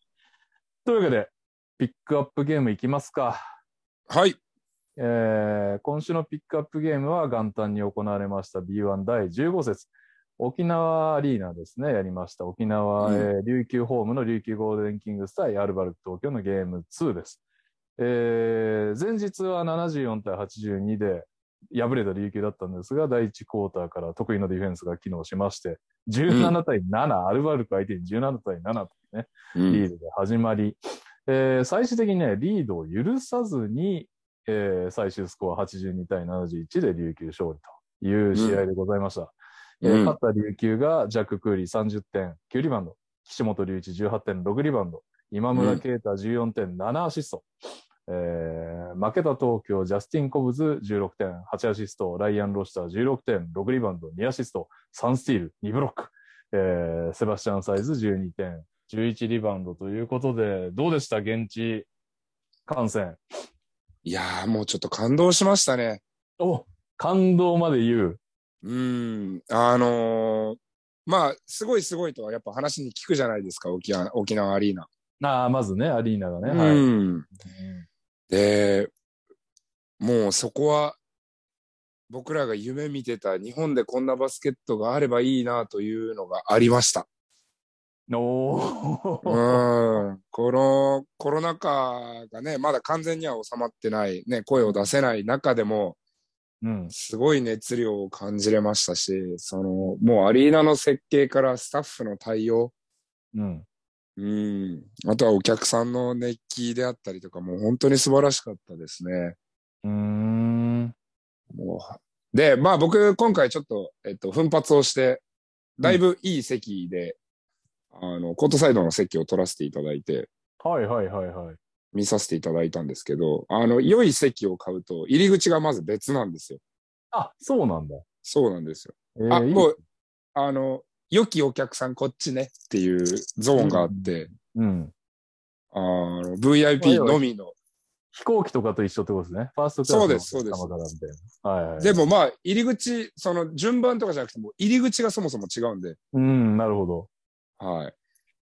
というわけで、ピックアップゲームいきますか。
はい。
えー今週のピックアップゲームは元旦に行われました B1 第15節。沖縄アリーナですね、やりました。沖縄、えー琉球ホームの琉球ゴールデンキングス対アルバルク東京のゲーム2です。えー前日は74対82で敗れた琉球だったんですが、第1クォーターから得意のディフェンスが機能しまして、17対7、アルバルク相手に17対7というね、リードで始まり、えー最終的にね、リードを許さずに、えー最終スコア82対71で琉球勝利という試合でございました。えー
うん
勝った琉球がジャック・クーリー30.9リバウンド、岸本隆一18.6リバウンド、今村啓太14.7アシスト、えー負けた東京、ジャスティン・コブズ16.8アシスト、ライアン・ロシター16.6リバウンド、2アシスト、3スティール、2ブロック、えーセバスチャン・サイズ12点、11リバウンドということで、どうでした現地観戦。
いやー、もうちょっと感動しましたね。
お感動まで言う。
うん。あのーまあ、すごいすごいとはやっぱ話に聞くじゃないですか、沖縄沖縄アリーナ。
ああ、まずね、アリーナがね。はい。
うん。で、もうそこは、僕らが夢見てた日本でこんなバスケットがあればいいなというのがありました。
うん、お
う
ー。
ん。このコロナ禍がね、まだ完全には収まってない、ね、声を出せない中でも、
うん。
すごい熱量を感じれましたし、その、もうアリーナの設計からスタッフの対応、
うん。
うん。あとはお客さんの熱気であったりとか、もう本当に素晴らしかったですね。
うーん。
もうで、まあ僕、今回ちょっと、えっと、奮発をして、だいぶいい席で、あの、コートサイドの席を取らせていただいて、
はいはいはいはい。
見させていただいたんですけど、あの、良い席を買うと、入り口がまず別なんですよ。
あ、そうなんだ。
そうなんですよ。
えー
あ、も、
いいう
あの、良きお客さんこっちねっていうゾーンがあって、
うん。
あの、VIP のみの。
飛行機とかと一緒ってことですね。ファーストクラスの
そうですそうです
お客様からみたいな。はい、はい。
で、もまあ、入り口、その順番とかじゃなくても、入り口がそもそも違うんで、
うん、なるほど。
はい。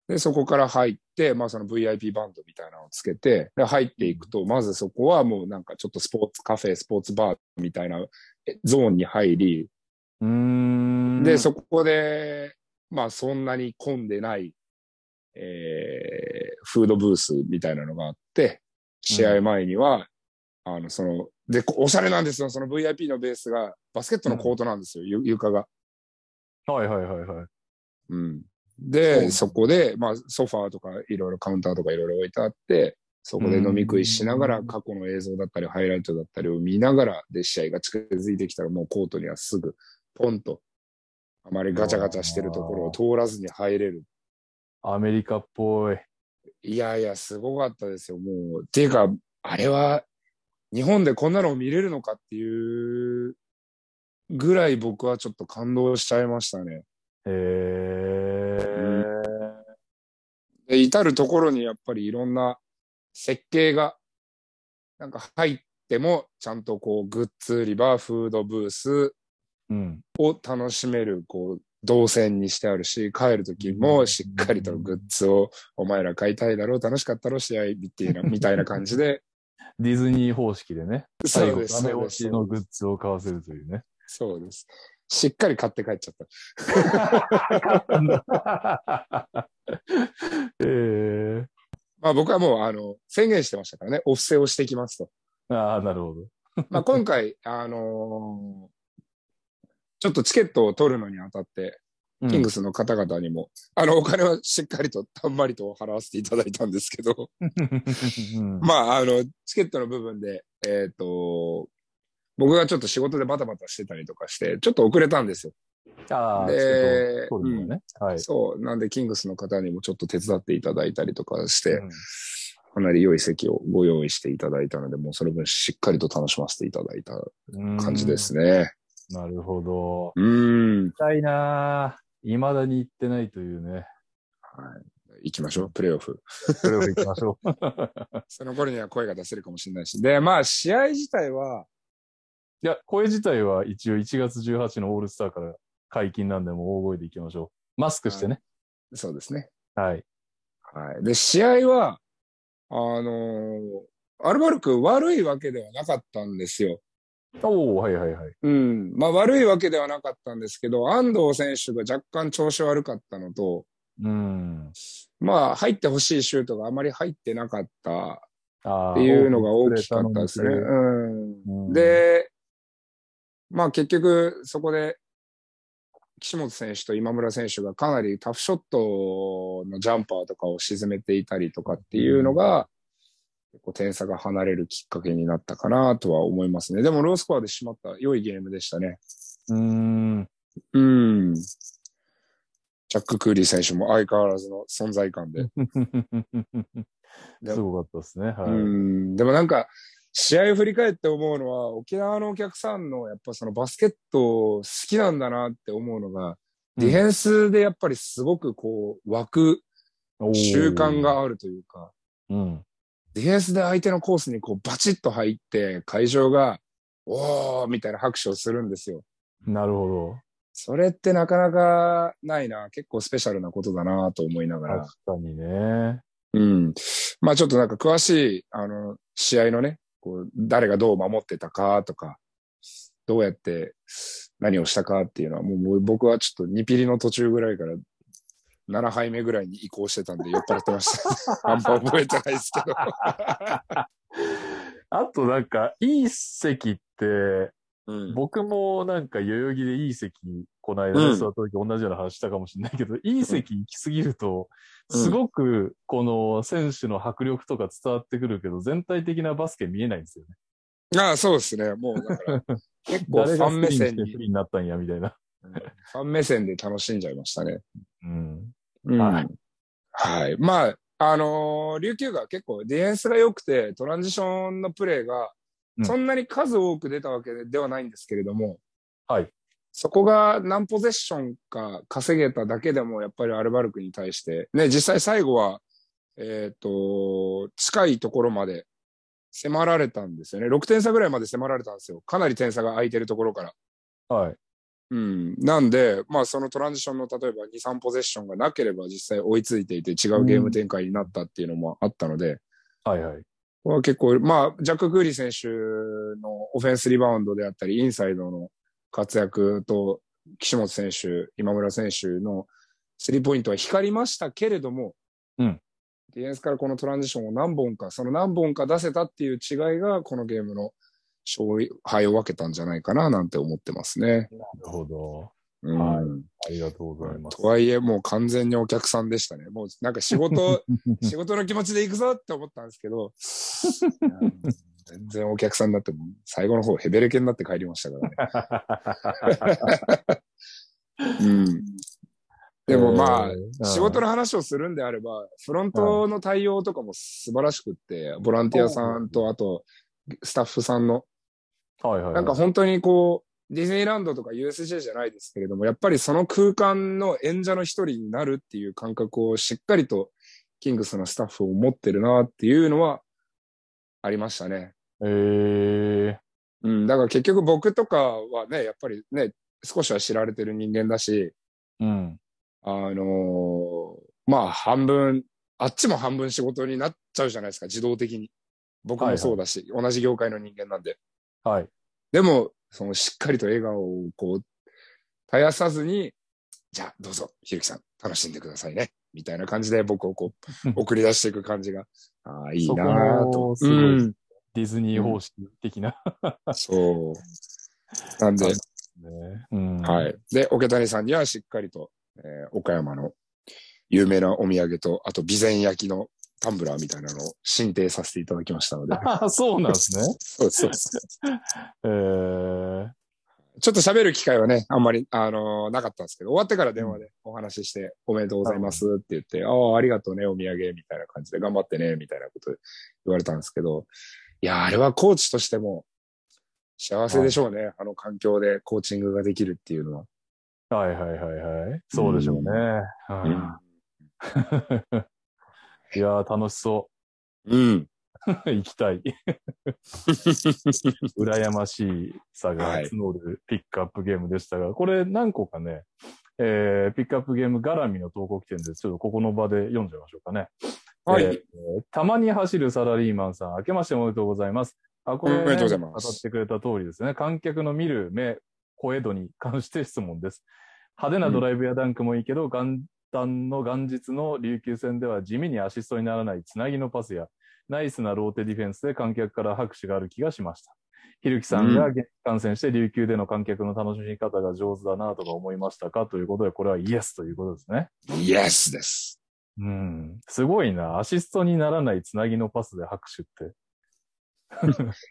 で、そこから入って、まあその VIP バンドみたいなのをつけて、で入っていくと、まずそこはもうなんかちょっとスポーツカフェ、スポーツバーみたいなえゾーンに入り、
うーん。
で、そこで、まあそんなに混んでない、えー、フードブースみたいなのがあって、試合前には、あの、その、で、こおしゃれなんですよ。その VIP のベースが、バスケットのコートなんですよ、ゆ床が。
はいはいはいはい。
うん。
そう
で、そこで、まあ、ソファーとかいろいろカウンターとかいろいろ置いてあって、そこで飲み食いしなが
う
ら、
ん
過去の映像だったり、ハイライトだったりを見ながら、で、試合が近づいてきたら、もうコートにはすぐ、ポンと、あまりガチャガチャしてるところを通らずに入れる。
アメリカっぽい。
いやいや、すごかったですよ、もう。っていうか、あれは、日本でこんなのを見れるのかっていうぐらい僕はちょっと感動しちゃいましたね。
へえ。
で、至るところにやっぱりいろんな設計が、なんか入っても、ちゃんとこう、グッズ売り場、フードブース
うん。
を楽しめる、こう、動線にしてあるし、帰る時もしっかりとグッズを、お前ら買いたいだろう、楽しかったろ、試合、みたいな、みたいな感じで。
ディズニー方式でね。
そ
最
う
後
で、す、
ダメ
そう
押
です
し。のグッズを買わせるというね。
そうです。しっかり買って帰っちゃった。
ええ。
まあ僕はもう、あの、宣言してましたからね、お布施をしてきますと。
ああ、なるほど。
まあ、今回、あのーちょっとチケットを取るのにあたって、
うん
キングスの方々にも、あの、お金はしっかりと、たんまりと払わせていただいたんですけど、
うん
まあ、あの、チケットの部分で、えっ、と、僕がちょっと仕事でバタバタしてたりとかして、ちょっと遅れたんですよ。
ああ、
で
ちょっと取るのね。はい。
そう。なんで、キングスの方にもちょっと手伝っていただいたりとかして、
うん
かなり良い席をご用意していただいたので、もうその分しっかりと楽しませていただいた感じで。すね。
なるほど。
うん。
行きたいなぁ。未だに行ってないというね。
行きましょう、プレーオフ。
それを行きまし ょう。
その頃には声が出せるかもしれないし。で、まあ、試合自体は、
いや、声自体は一応1月18日のオールスターから解禁なんで、もう大声で行きましょう。マスクしてね。
そうですね。
はい。
はい。で、試合は、あのーアルバルク悪いわけではなかったんですよ。
おおはいはいはい。
うん。まあ悪いわけではなかったんですけど、安藤選手が若干調子悪かったのと、
うん。
まあ入ってほしいシュートがあまり入ってなかった
あー
っていうのが大きかったですね。
大きく
うん。
うん
で、まあ結局そこで岸本選手と今村選手がかなりタフショットのジャンパーとかを沈めていたりとかっていうのが、こう点差が離れるきっかけになったかなとは思いますね。でもロースコアでしまった良いゲームでしたね。
うん。
うん。ジャック・クーリー選手も相変わらずの存在感で。
すごかったですね。はい。
うん。でもなんか、試合を振り返って思うのは、沖縄のお客さんのやっぱそのバスケット好きなんだなって思うのが、ディフェンスでやっぱりすごくこう、湧く
おー
習慣。があるというか、
うん。
ディフェンスで相手のコースにこう、バチッと入って、会場が、おーみたいな拍手をするんですよ。
なるほ
それってなかなかないな。結構スペシャルなことだなと思いな
ど。
がら
確。かにね。
うん。まあちょっとなんか詳しい、あの、試合のね、こう、誰がどう守ってたかとか、どうやって何をしたかっていうのは、もうもう僕はちょっと2ピリの途中ぐらいから、7杯目ぐらいに移行してたんで酔っ払って ました。あんま覚えてないですけど。
あとなんか、いい席って、
うん、
僕もなんか代々木でいい席、この間
う
ね
ん
座った時同じような話したかもしれないけど、いい席行きすぎると、
うん
すごくこの選手の迫力とか伝わってくるけど、全体的なバスケ見えないんですよね。
ああ、そうですね。もうだから、結構フ
誰が
ァ
ス
ン
ク
目
リーン
線
して
に
フ、リーになったんや、みたいな。
ファン目線で楽しんじゃいましたね。
うん。
うん
はい
はい。まあ、あのー琉球が結構ディフェンスが良くて、トランジションのプレーが
う、ん
そんなに数多く出たわけではないんですけれども、
はい。
そこが何ポゼッションか稼げただけでも、やっぱりアルバルクに対して、ね、実際最後は、えっ、と、近いところまで迫られたんですよね。6点差ぐらいまで迫られたんですよ。かなり点差が空いてるところから。
はい。
うん。なんで、まあそのトランジションの例えば2、3ポゼッションがなければ実際追いついていて違うゲーム展開になったっていうのもあったので、
はいはい。
これは結構、まあジャック・クーリー選手のオフェンスリバウンドであったり、インサイドの活躍と、岸本選手、今村選手のスリーポイントは光りましたけれども、
うん
ディフェンスからこのトランジションを何本か、その何本か出せたっていう違いが、このゲームの勝敗を分けたんじゃないかななんて思ってますね。
なるほど。
うん
はいありがとうございます
と。はいえ、もう完全にお客さんでしたね。もうなんか 仕事、仕事の気持ちで行くぞって思ったんですけど、うん全然お客さんだって、最後の方ヘベレケになって帰りましたからね。うん、 でもまあ、仕事
の、
の話をするんであれば、フロントの対応とかも素晴らしくって、ボランティアさんと、あと、スタッフさんの
はいはいはい。
なんか本当にこう、ディズニーランドとか USJ じゃないですけれども、やっぱりその空間の演者の一人になるっていう感覚をしっかりとキングスのスタッフを持ってるなっていうのはありましたね。
えー、
うん、だから結局僕とかはね、やっぱりね、少しは知られてる人間だし、
うん。
あのーまあ半分、あっちも半分仕事になっちゃうじゃないですか、自動的に。僕もそうだし、同じ業界の人間なんで。
はい。
でも、そのしっかりと笑顔をこう、絶やさずに、じゃあどうぞ、ひるきさん、楽しんでくださいね。みたいな感じで僕をこ う、送り出していく感じが、ああ、いいなぁ。
そこともすごい
うん
ディズニー方式的な。
そう。なんで、
ね。 うん。
はい。で、桶谷さんにはしっかりと、えー岡山の有名なお土産と、あと、備前焼きのタンブラーみたいなのを進呈させていただきました ので。
ああ、そうなんですね。
そうそうそう。
えー、
ちょっと喋る機会はね、あんまり、あのーなかったんですけど、終わってから電話でお話しして、おめでとうございますって言って、ああ、ありがとうね、お土産、みたいな感じで、頑張ってね、みたいなこと言われたんですけど、いやー、あれはコーチとしても、幸せでしょうね、あの環境でコーチングができるっていうのは。
はいはいはいはい。そうでしょうね。
う
うん
ん。
いやー、楽しそ
うん。
う。 行きたい。羨ましいさが募るピックアップゲームでしたが、これ何個かね、えー、ピックアップゲーム絡みの投稿来てるんで、ちょっとここの場で読んじゃいましょうかね。
はい
えーたまに走るサラリーマンさん、明けましておめでとうございます。あ、これ、ね、
おめでとうございます
当たってくれた通りですね。観客の見る目、声度に関して質問です。派手なドライブやダンクもいいけど、元旦の元日の琉球戦では地味にアシストにならないつなぎのパスや、ナイスなローテディフェンスで観客から拍手がある気がしました。ひるきさんが現地観戦して琉球での観客の楽しみ方が上手だなとか思いましたかということで、これはイエスということですね。
イエスです。
うん。すごいな。アシストにならないつなぎのパスで拍手って。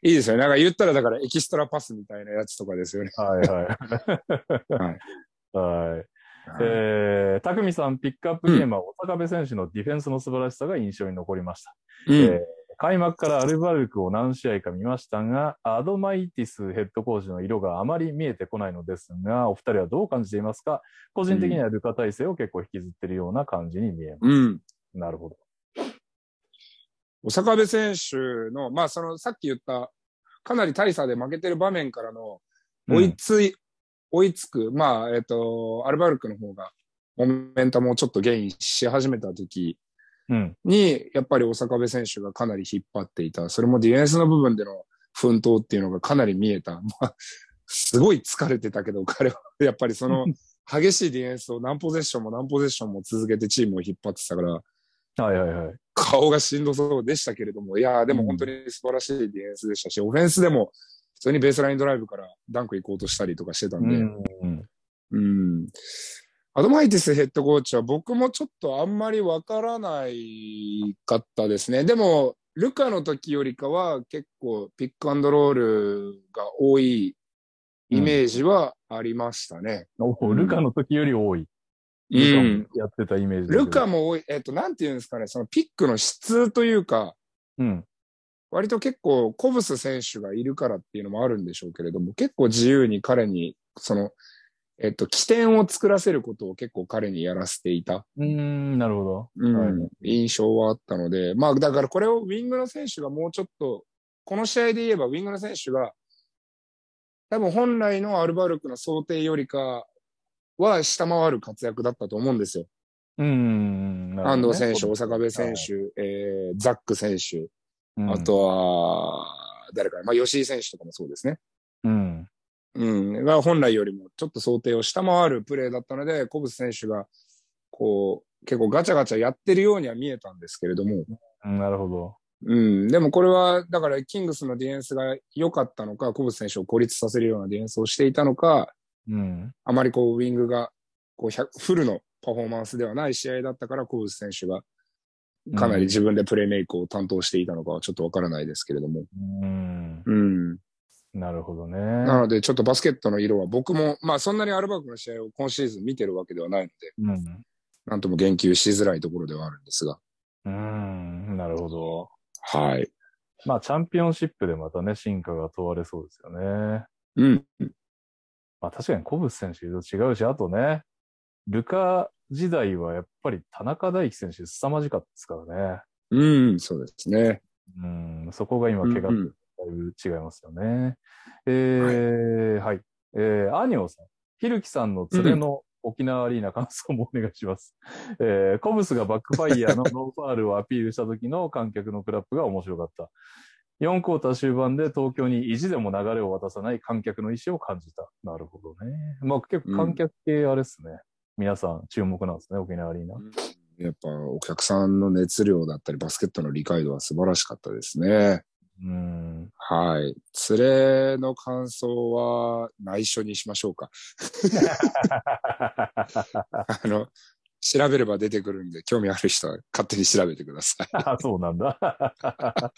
いいですよね。なんか言ったらだからエキストラパスみたいなやつとかですよね。
はいはい。はい。えー、たくみさん、ピックアップゲームは、大坂部選手のディフェンスの素晴らしさが印象に残りました。
うん
えー開幕からアルバルクを何試合か見ましたが、アドマイティスヘッドコーチの色があまり見えてこないのですが、お二人はどう感じていますか個人的にはルカ体制を結構引きずってるような感じに見えます。
うん。
なるほど。
小坂部選手の、まあそのさっき言った、かなり大差で負けてる場面からの追いつい、追いつく、まあ、えっ、と、アルバルクの方が、モメンタムをちょっとゲインし始めた時
うん。
に、やっぱり小坂部選手がかなり引っ張っていた。それもディフェンスの部分での奮闘っていうのがかなり見えた。ま あ、すごい疲れてたけど、彼はやっぱりその激しいディフェンスを何ポゼッションも何ポゼッションも続けてチームを引っ張ってたから、
はいはいはい。
顔がしんどそうでしたけれども、いやーでも本当に素晴らしいディフェンスでしたし、オフェンスでも普通にベースラインドライブからダンク行こうとしたりとかしてたんで、うん。
うん。
アドマイティスヘッドコーチは僕もちょっとあんまりわからないかったですね。でも、ルカの時よりかは結構ピックアンドロールが多いイメージはありましたね。
おルカの時より多い。
う
ルカもやってたイメージだけど
ルカも多い、えっと、なんていうんですかね、そのピックの質というか、
うん。
割と結構、コブス選手がいるからっていうのもあるんでしょうけれども、結構自由に彼に、その、えっと、起点を作らせることを結構彼にやらせていた、
うーん、なるほど。
うん印象はあったので、まあ、だからこれをウィングの選手がもうちょっと、この試合で言えばウィングの選手が、多分本来のアルバルクの想定よりかは下回る活躍だったと思うんですよ。
うん。なるほ
安
どね
藤選手、大阪部選手、えーザック選手、
うん
あとは、誰かな、まあ、吉井選手とかもそうですね。
うん。
うん。が本来よりもちょっと想定を下回るプレーだったので、コブス選手が、こう、結構ガチャガチャやってるようには見えたんですけれども、
うんなるほど。
うん。でもこれは、だから、キングスのディフェンスが良かったのか、コブス選手を孤立させるようなディフェンスをしていたのか、
うん。
あまりこう、ウィングが、こう100、フルのパフォーマンスではない試合だったから、コブス選手が、かなり自分でプレーメイクを担当していたのかはちょっとわからないですけれども。
うん。
うん。
なるほどね。
なので、ちょっとバスケットの色は僕も、まあそんなにアルバルクの試合を今シーズン見てるわけではないので、
うん。
なんとも言及しづらいところではあるんですが。
うん、なるほど。
はい。
まあ、チャンピオンシップでまたね、進化が問われそうですよね。
うん。
まあ、確かにコブス選手と違うし、あとね、ルカ時代はやっぱり田中大輝選手凄まじかったですからね。
うん、そうですね。
うん、そこが今、怪我
うん
だいぶ違いますよね。えー、はい。えー、アニオさん。ひるきさんの連れの沖縄アリーナ感想もお願いします。 えー、コブスがバックファイヤーのノーファールをアピールした時の観客のクラップが面白かった。4クォーター終盤で東京に意地でも流れを渡さない観客の意思を感じた。なるほどね。まあ結構観客系あれですね。皆さん注目なんですね、沖縄アリーナ。
やっぱお客さんの熱量だったり、バスケットの理解度は素晴らしかったですね。
うん。
はい。連れの感想は内緒にしまし ょうか。あの、調べれば出てくるんで、興味ある人は勝手に調べてください。
あそうなんだ。
あ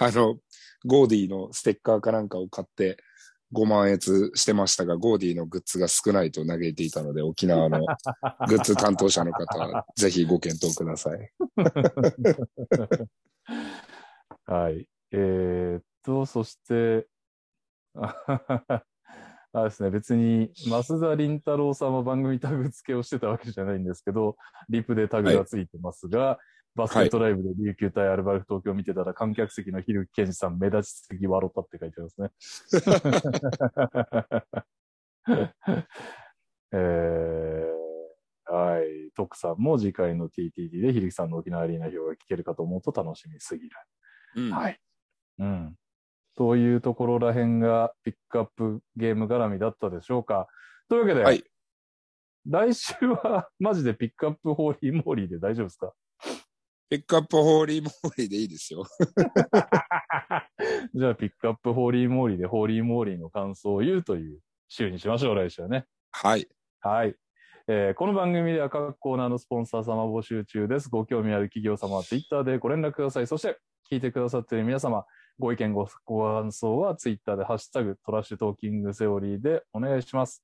の、ゴーディのステッカーかなんかを買って、5万円してましたが、ゴーディのグッズが少ないと嘆いていたので、沖縄のグッズ担当者の方、 ぜひご検討ください。
はい。えーっと、そして、 あはははあれですね、別に、増田林太郎さんは番組タグ付けをしてたわけじゃないんですけど、リプでタグがついてますが、バスケットライブで琉球対アルバルク東京を見てたら、観客席のひるきけんじさん、目立ちすぎ笑ったって書いてますね。 えー、はい。徳さんも次回の TTT でひるきさんの沖縄アリーナ表が聞けるかと思うと楽しみすぎる。
うん
はい。うん。そういうところらへんがピックアップゲーム絡みだったでしょうか。というわけで、
はい
来週は マジでピックアップホーリーモーリーで大丈夫ですか
ピックアップホーリーモーリーでいいですよ。
じゃあピックアップホーリーモーリーでホーリーモーリーの感想を言うという週にしましょう、来週はね。
はい。
はい。えーこの番組では各コーナーのスポンサー様募集中です。ご興味ある企業様は Twitter でご連絡ください。そして、聞いてくださっている皆様、ご意見ご、ご感想は Twitter でハッシュタグトラッシュトーキングセオリーでお願いします。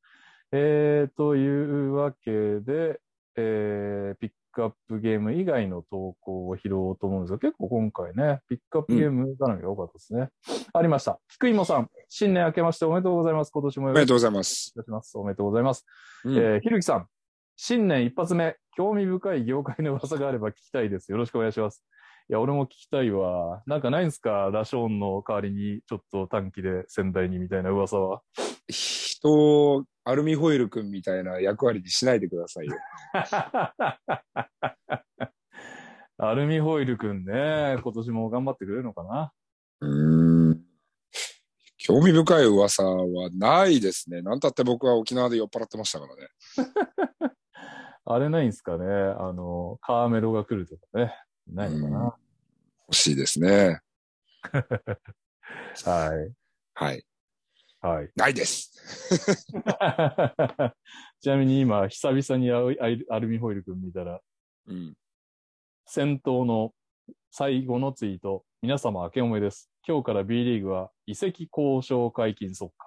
えー、というわけで、えーピックアップゲーム以外の投稿を拾おうと思うんですが、結構今回ね、ピックアップゲーム絡みが多かったですね。ありました。菊芋さん、新年明けましておめでとうございます。今年も
お
よ
め
ろ
で
しく
とうございます。
お願いします。おめでとうございます。
うん
えーひるきさん、新年一発目、興味深い業界の噂があれば聞きたいです。よろしくお願いします。いや、俺も聞きたいわ。なんかないんすかラショーンの代わりに、ちょっと短期で仙台にみたいな噂は。
人をアルミホイル君みたいな役割にしないでくださいよ。
アルミホイルくんね、今年も頑張ってくれるのかな
うん。興味深い噂はないですね。なんたって僕は沖縄で酔っ払ってましたからね。
あれないんすかねあの、カーメロが来るとかね。ないのかな、
欲しいですね。
はい。
はい。
はい。
ないです。
ちなみに今、久々に会うアイアルミホイルくん見たら、
うん。
先頭の最後のツイート。皆様明けおめです。今日から B リーグは移籍交渉解禁即可。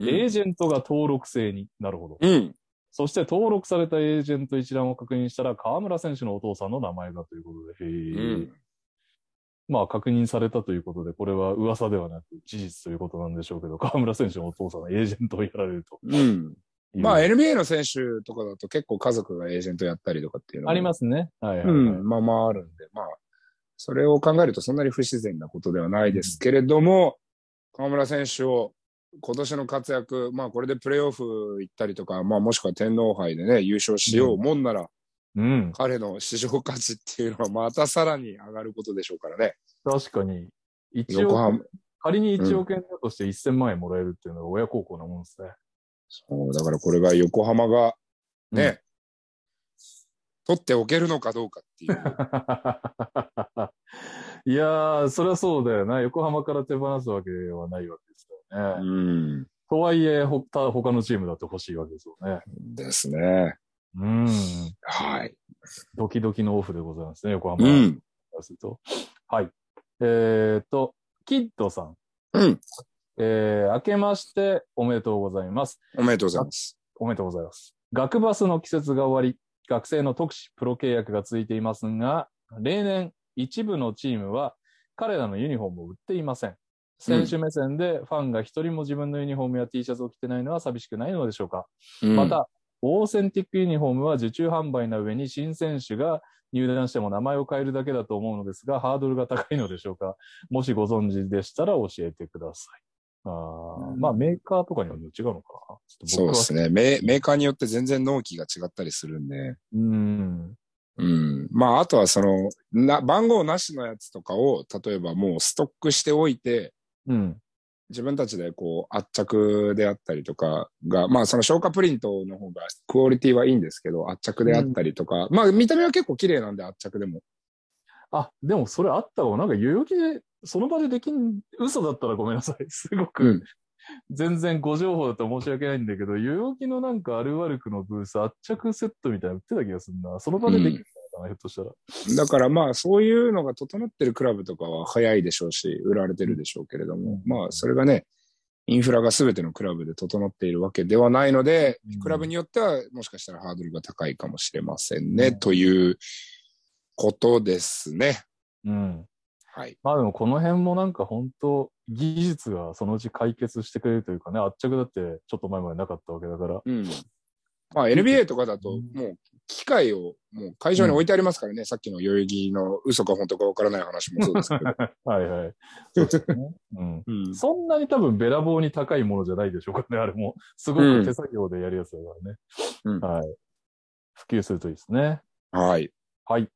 エージェントが登録制になるほど。
うん。
そして登録されたエージェント一覧を確認したら河村選手のお父さんの名前がということで。へ
う
ー
ん。
まあ確認されたということで、これは噂ではなく事実ということなんでしょうけど、河村選手のお父さんのエージェントをやられると
うん。
いう。
まあ NBA の選手とかだと結構家族がエージェントやったりとかっていうの。
ありますすね。はいはい、
う
はい
ん。まあまああるんで、まあ、それを考えるとそんなに不自然なことではないですけれども、河村選手を今年の活躍、まあこれでプレーオフ行ったりとか、まあもしくは天皇杯でね、優勝しようもんなら、
うん。
彼の市場価値っていうのはまたさらに上がることでしょうからね。
確かに。一
横浜
応、、仮に1億円だとして1000万円もらえるっていうのが親孝行なもんですね。
そう、だからこれが横浜がね、取っておけるのかどうかっ ていう。
いやー、そりゃそうだよな。横浜から手放すわけはないわけですから
う
ね。
ん。
とはいえ、ほ他他のチームだって欲しいわけですよね。
ですね。
うん。
はい。
ドキドキのオフでございますね、横浜
う
から
ん。
すると。はい。えっと、キッドさん。
うん。
えー、明けましておめでとうございます。
おめでとうございます。
おめでとうございます。学バスの季節が終わり、学生の特使、プロ契約が続いていますが、例年、一部のチームは彼らのユニフォームを売っていません。選手目線でファンが一人も自分のユニフォームや T シャツを着てないのは寂しくないのでしょうか、
うん
ま、た、オーセンティックユニフォームは受注販売な上に新選手が入団しても名前を変えるだけだと思うのですが、ハードルが高いのでしょうかもしご存知でしたら教えてください。あー
うん
まあ、メーカーとかにも違うのかなちょっと
そう
僕は
ですねメ。メーカーによって全然納期が違ったりするんで。
うん。
うん。まあ、あとはその、な、番号なしのやつとかを、例えばもうストックしておいて、
うん。
自分たちでこう圧着であったりとかが、まあその消化プリントの方がクオリティはいいんですけど、圧着であったりとか、まあ見た目は結構綺麗なんで圧着でも。
あ、でもそれあったわ。なんか代々木で、その場でできん、嘘だったらごめんなさい。 すごく、
うん
全然ご情報だと申し訳ないんだけど、代々木のなんかアルバルクのブース、圧着セットみたいなの売ってた気がするな。その場でできるんだな、ひょっとしたら。
だからまあそういうのが整ってるクラブとかは早いでしょうし、売られてるでしょうけれども、
うん
まあそれがね、インフラが全てのクラブで整っているわけではないので、クラブによってはもしかしたらハードルが高いかもしれませんね、
うん
ということですね。
うん。
はい。
まあでもこの辺もなんか本当技術がそのうち解決してくれるというかね、圧着だってちょっと前までなかったわけだから。
うん。まあ NBA とかだと、もう機械をもう会場に置いてありますからね、さっきの代々木の嘘か本当かわからない話もそうですけど。
はいはい。そうですね。うん。
うん
そんなに多分べらぼうに高いものじゃないでしょうかね、あれも。すごく手作業でやるやつだからね。
うん
はい。普及するといいですね。
はい。
はい。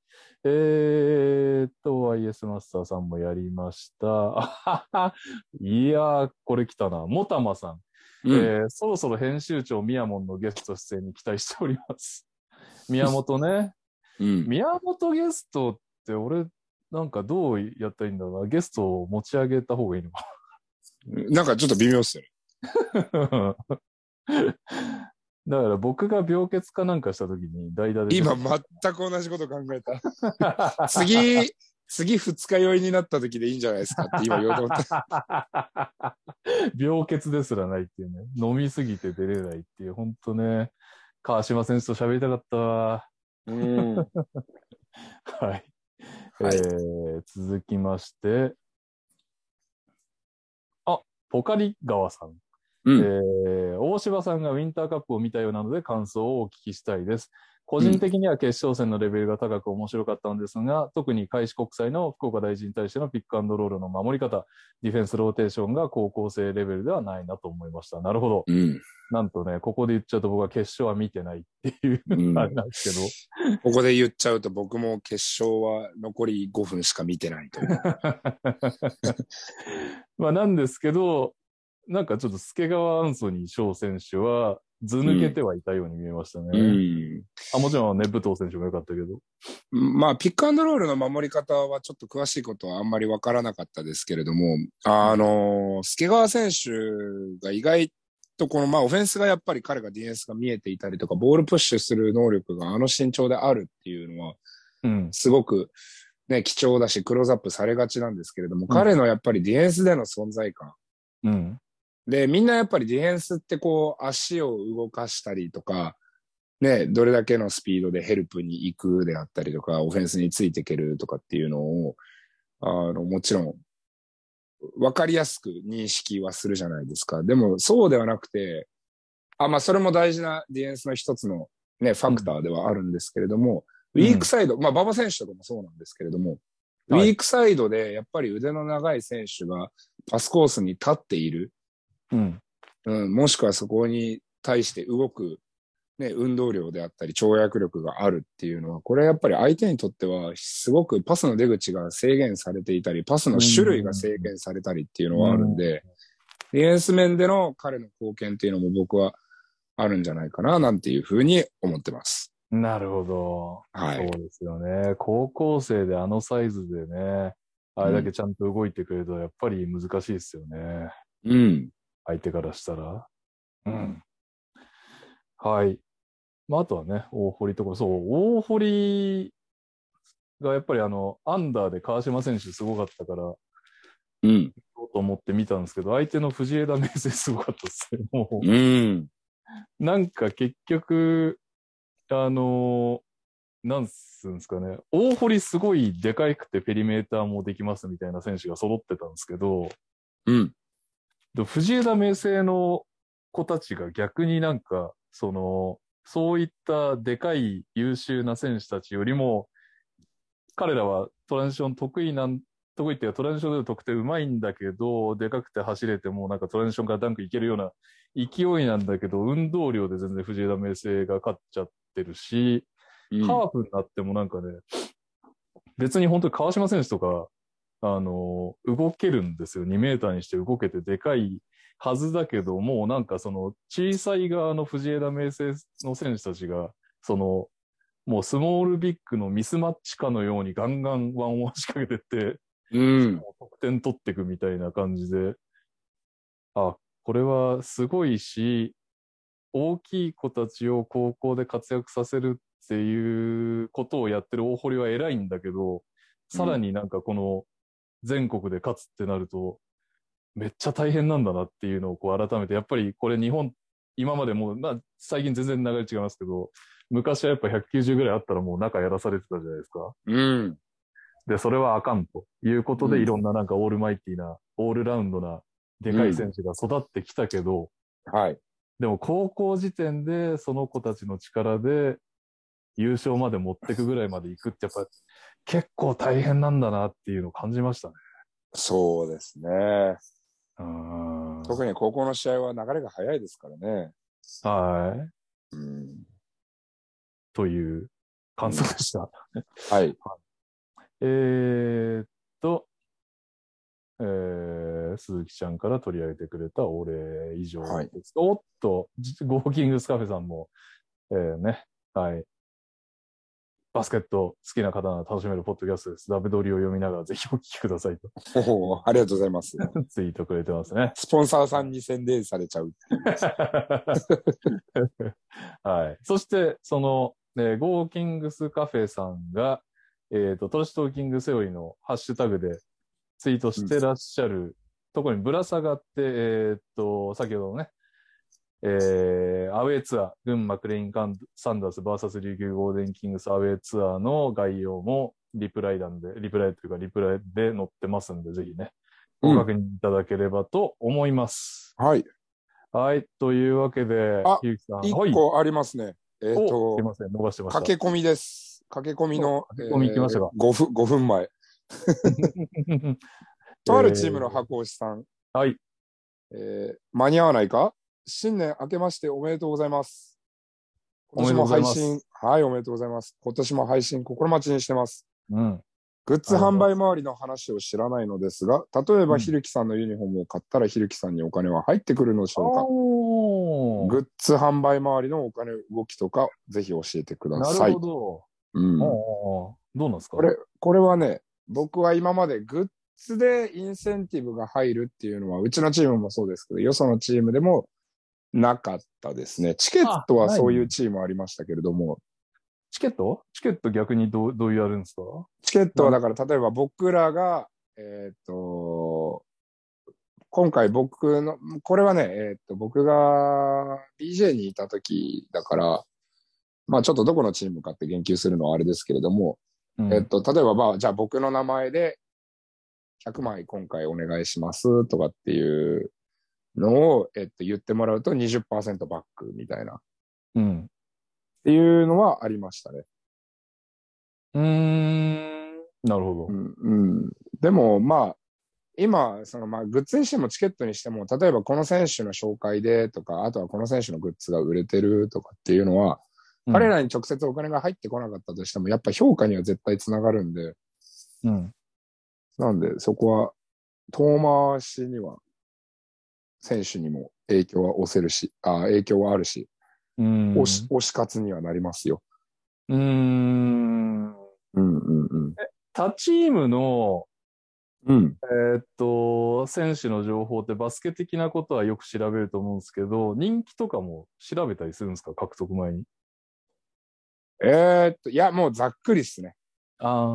えーっと、YS マスターさんもやりました。あは はいやー、これ来たな。もたまさん。え
うん。
ーそろそろ編集長みやもんのゲスト出演に期待しており ます。宮本ね。
うん。
宮本ゲストって俺、なんかどうやったらいいんだろうな。ゲストを持ち上げた方がいいの
なんかちょっと微妙っすよね。
か。だから僕が病欠かなんかした時に代打で。
今、全く同じこと考えた。 次、次二日酔いになった時でいいんじゃないですかって今言おうと思った。
病欠ですらないっていうね。飲みすぎて出れないっていう、ほんとね。川島選手と喋りたかったわ。
うん。
はい。
はい
えー続きまして。あ、ポカリ川さん。
うん
えー大柴さんがウィンターカップを見たようなので感想をお聞きしたいです。個人的には決勝戦のレベルが高く面白かったのですが、特に開志国際の福岡大臣に対してのピックアンドロールの守り方、ディフェンスローテーションが高校生レベルではないなと思いました。なるほど。
うん。
なんとね、ここで言っちゃうと僕は決勝は見てないっていう、
うん
あれなんですけど。
ここで言っちゃうと僕も決勝は残り5分しか見てないと思う。
まあなんですけど、なんかちょっと助川アンソニー翔選手は、ず抜けてはいたように見えましたね。
うん。
あもちろんね、武藤選手も良かったけど。
まあ、ピックアンドロールの守り方はちょっと詳しいことはあんまりわからなかったですけれども、あの、助川選手が意外とこの、まあ、オフェンスがやっぱり彼がディフェンスが見えていたりとか、ボールプッシュする能力があの身長であるっていうのは、
うん。
すごくね、貴重だし、クローズアップされがちなんですけれども、彼のやっぱりディフェンスでの存在感。
うん。
で、みんなやっぱりディフェンスってこう、足を動かしたりとか、ね、どれだけのスピードでヘルプに行くであったりとか、オフェンスについていけるとかっていうのを、あの、もちろん、わかりやすく認識はするじゃないですか。でも、そうではなくて、あ、まあ、それも大事なディフェンスの一つのね、ファクターではあるんですけれど
う
も、
ん
ウィークサイド、まあ、馬場選手とかもそうなんですけれども、
はい
ウィークサイドでやっぱり腕の長い選手がパスコースに立っている、
うん。
うん、もしくはそこに対して動く、ね、運動量であったり、跳躍力があるっていうのは、これはやっぱり相手にとっては、すごくパスの出口が制限されていたり、パスの種類が制限されたりっていうのはあるんで、ディフェンス面での彼の貢献っていうのも僕はあるんじゃないかな、なんていうふうに思ってます。
なるほど。
はい
そうですよね。高校生であのサイズでね、あれだけちゃんと動いてくれると、やっぱり難しいですよね。
うん。
相手からしたら。うん。はい。まあ、あとはね、大堀とか、そう、大堀がやっぱりあの、アンダーで川島選手すごかったから、
うん。
と思って見たんですけど、相手の藤枝明誠すごかったですね。もう、
うん。
なんか結局、あのーなんすんですかね、大堀すごいでかくてペリメーターもできますみたいな選手が揃ってたんですけど、
うん。
で藤枝明誠の子たちが逆になんか、その、そういったでかい優秀な選手たちよりも、彼らはトランジション得意なん、得意っていうかトランジションでの得点うまいんだけど、でかくて走れてもうなんかトランジションからダンクいけるような勢いなんだけど、運動量で全然藤枝明誠が勝っちゃってるし、ハーフになってもなんかね、別に本当に川島選手とか、あの、動けるんですよ。2メーターにして動けてでかいはずだけど、もうなんかその小さい側の藤枝明誠の選手たちが、その、もうスモールビッグのミスマッチかのようにガンガンワンワン仕掛けてって、
うん。
得点取っていくみたいな感じで、あ、これはすごいし、大きい子たちを高校で活躍させるっていうことをやってる大堀は偉いんだけど、さらになんかこの全国で勝つってなると、めっちゃ大変なんだなっていうのをこう改めて、やっぱりこれ日本、今までもう、まあ最近全然流れ違いますけど、昔はやっぱ190ぐらいあったらもう中やらされてたじゃないですか。
うん。
で、それはあかんということで、
うん
いろんななんかオールマイティな、オールラウンドな、でかい選手が育ってきたけど、
はい。
でも高校時点でその子たちの力で優勝まで持ってくぐらいまで行くって、やっぱ結構大変なんだなっていうのを感じましたね。
そうですね。
うーん。
特に高校の試合は流れが早いですからね。
はい。
うん。
という感想でした。
はい。
えーっと、えー鈴木ちゃんから取り上げてくれたお礼以上です。
はい
おっと、じウォーキングスカフェさんも、えーね、はい。バスケット好きな方なら楽しめるポッドキャストです。ダブドリを読みながらぜひお聞きくださいと
おお、ありがとうござ います。
ツイートくれてますね。
スポンサーさんに宣伝されちゃう。
はい。そして、その、えーゴーキングスカフェさんが、えっ、と、トラッシュトーキングセオリーのハッシュタグでツイートしてらっしゃるところにぶら下がって、えっ、と、先ほどのね、えーアウェーツアー、群馬クレインカンサンダース VS 琉球ゴールデンキングスアウェーツアーの概要もリプライなんで、リプライというかリプライで載ってますんで、ぜひね、ご確認いただければと思います。
はい。
はい。というわけで
あ、
ゆうきさん。
一
はい
個ありますね。えっ、
おすい
と、
ません、伸ばしてました。
駆け込みです。駆け込みの、
駆け込み行きましたか
えー5分、5分前。 とあるチームの箱推しさん。
はい。
えー間に合わないか新年明けましておめでとうございます。今年も配
おめでとうござい
信、はい、おめでとうございます。今年も配信心待ちにしてます。
うん。
グッズ販売周りの話を知らないのですが、例え
う
ば
ん
ひるきさんのユニフォームを買ったらひるきさんにお金は入ってくるのでしょうか
お
グッズ販売周りのお金動きとか、ぜひ教えてくだ
な
さ
る
い
ほ。ど。
うん
おーどうなんですか
これ、これはね、僕は今までグッズでインセンティブが入るっていうのは、うちのチームもそうですけど、よそのチームでもなかったですね。チケット
あ
は
ない
そういうチームありましたけれども、
チケットチケット逆にどう、どうやるんですか
チケットはだから、例えば僕らが、えーっ、と、今回僕の、これはね、えーっ、と、僕が BJ にいた時だから、まあちょっとどこのチームかって言及するのはあれですけれども、
うん
えっと、例えば、まあ、じゃあ僕の名前で100枚今回お願いしますとかっていうのを、えっと、言ってもらうと20%バックみたいな。っ
うん。
ていうのはありましたね。
うーん。なるほど
う。ん。うん、でも、まあ、今、その、まあ、グッズにしてもチケットにしても、例えばこの選手の紹介でとか、あとはこの選手のグッズが売れてるとかっていうのは、彼らに直接お金が入ってこなかったとしても、やっぱ評価には絶対つながるんで、
うん。
なんで、そこは、遠回しには、選手にも影響は押せるし、あ影響はあるし、
うん。
押し、押し勝つにはなりますよ。
うーん。
うんうんうん。
他チームの、
うん。
えーっと、選手の情報ってバスケ的なことはよく調べると思うんですけど、人気とかも調べたりするんですか獲得前に。
えーっと、いや、もうざっくりっすね。
あ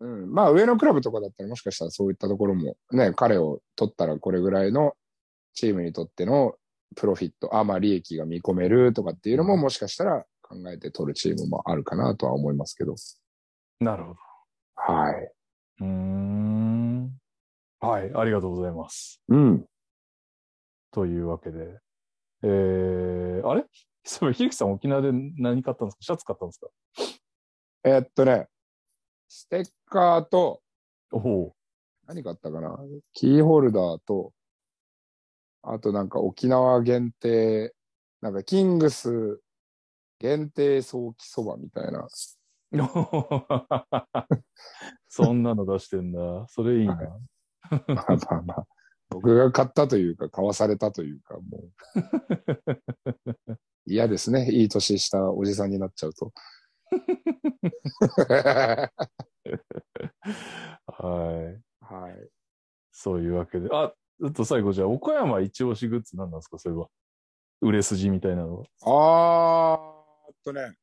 うん。まあ、上のクラブとかだったら、もしかしたらそういったところも、ね、彼を取ったらこれぐらいのチームにとってのプロフィット、あ、まあ、利益が見込めるとかっていうのも、もしかしたら考えて取るチームもあるかなとは思いますけど。
あ、なるほど。
はい。
うーん。はい、ありがとうございます。
うん。
というわけで。えー、あれ そういえばひるきさん沖縄で何買ったんですかシャツ買ったんですか
えーっとね、ステッカーと、
おお
何買ったかなキーホルダーと、あとなんか沖縄限定、なんかキングス限定早期そばみたいな。
う。 そんなの出してんだ。それいいな。
はいまあまあまあ。僕が買ったというか、買わされたというか、もう。 嫌ですね。いい年したおじさんになっちゃうと。は
はい。
い。
そういうわけで。あ、ちょっと最後じゃあ、岡山一押しグッズ何なんですかそれは。売れ筋みたいなのは。
あーっとね、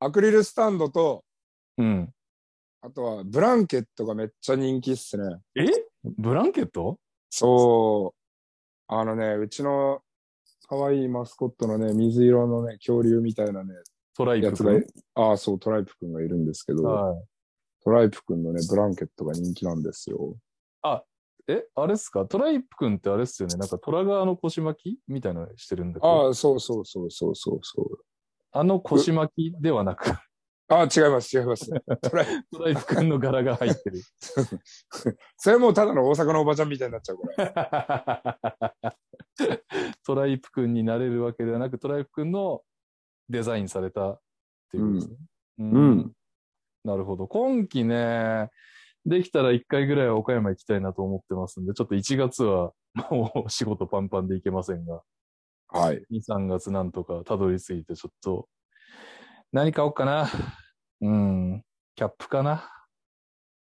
アクリルスタンドと、
うん。
あとはブランケットがめっちゃ人気っすね。
えブランケット
そう。あのね、うちの可愛いマスコットのね、水色のね、恐竜みたいなね、
トライ
や
ク
つ
君
が、ああ、そう、トライプくんがいるんですけど、
はい。
トライプくんのね、ブランケットが人気なんですよ。
え、あれっすかトライプ君ってあれっすよねなんか虎側の腰巻きみたいなのしてるんだけど。
ああ、そうそうそうそうそうそう。
あの腰巻きではなく、
ああ、違います、違い ます。トライ
トライプ君の柄が入ってる。
それもうただの大阪のおばちゃんみたいになっちゃう、これ。
トライプ君になれるわけではなく、トライプ君のデザインされたっていうことですね。う
うん。
なるほど。今季ね、できたら1回ぐらいは岡山行きたいなと思ってますんで、ちょっと1月は もう仕事パンパンで行けませんが、
はい。
2、3月なんとかたどり着いて、ちょっと、何買おうかな。うん、キャップかな。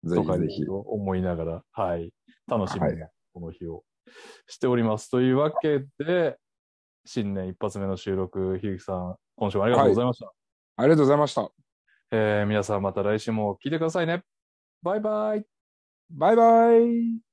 ぜ
と
ひ
か
ぜ
ね
ひ。
思いながら、はい。楽しみ
はい
に、この日をしております。というわけで、新年一発目の収録、ひゆきさん、今週もありがとうございました。
ありがとうございました。
えー皆さんまた来週も聞いてくださいね。バイバイ。
バイバイ。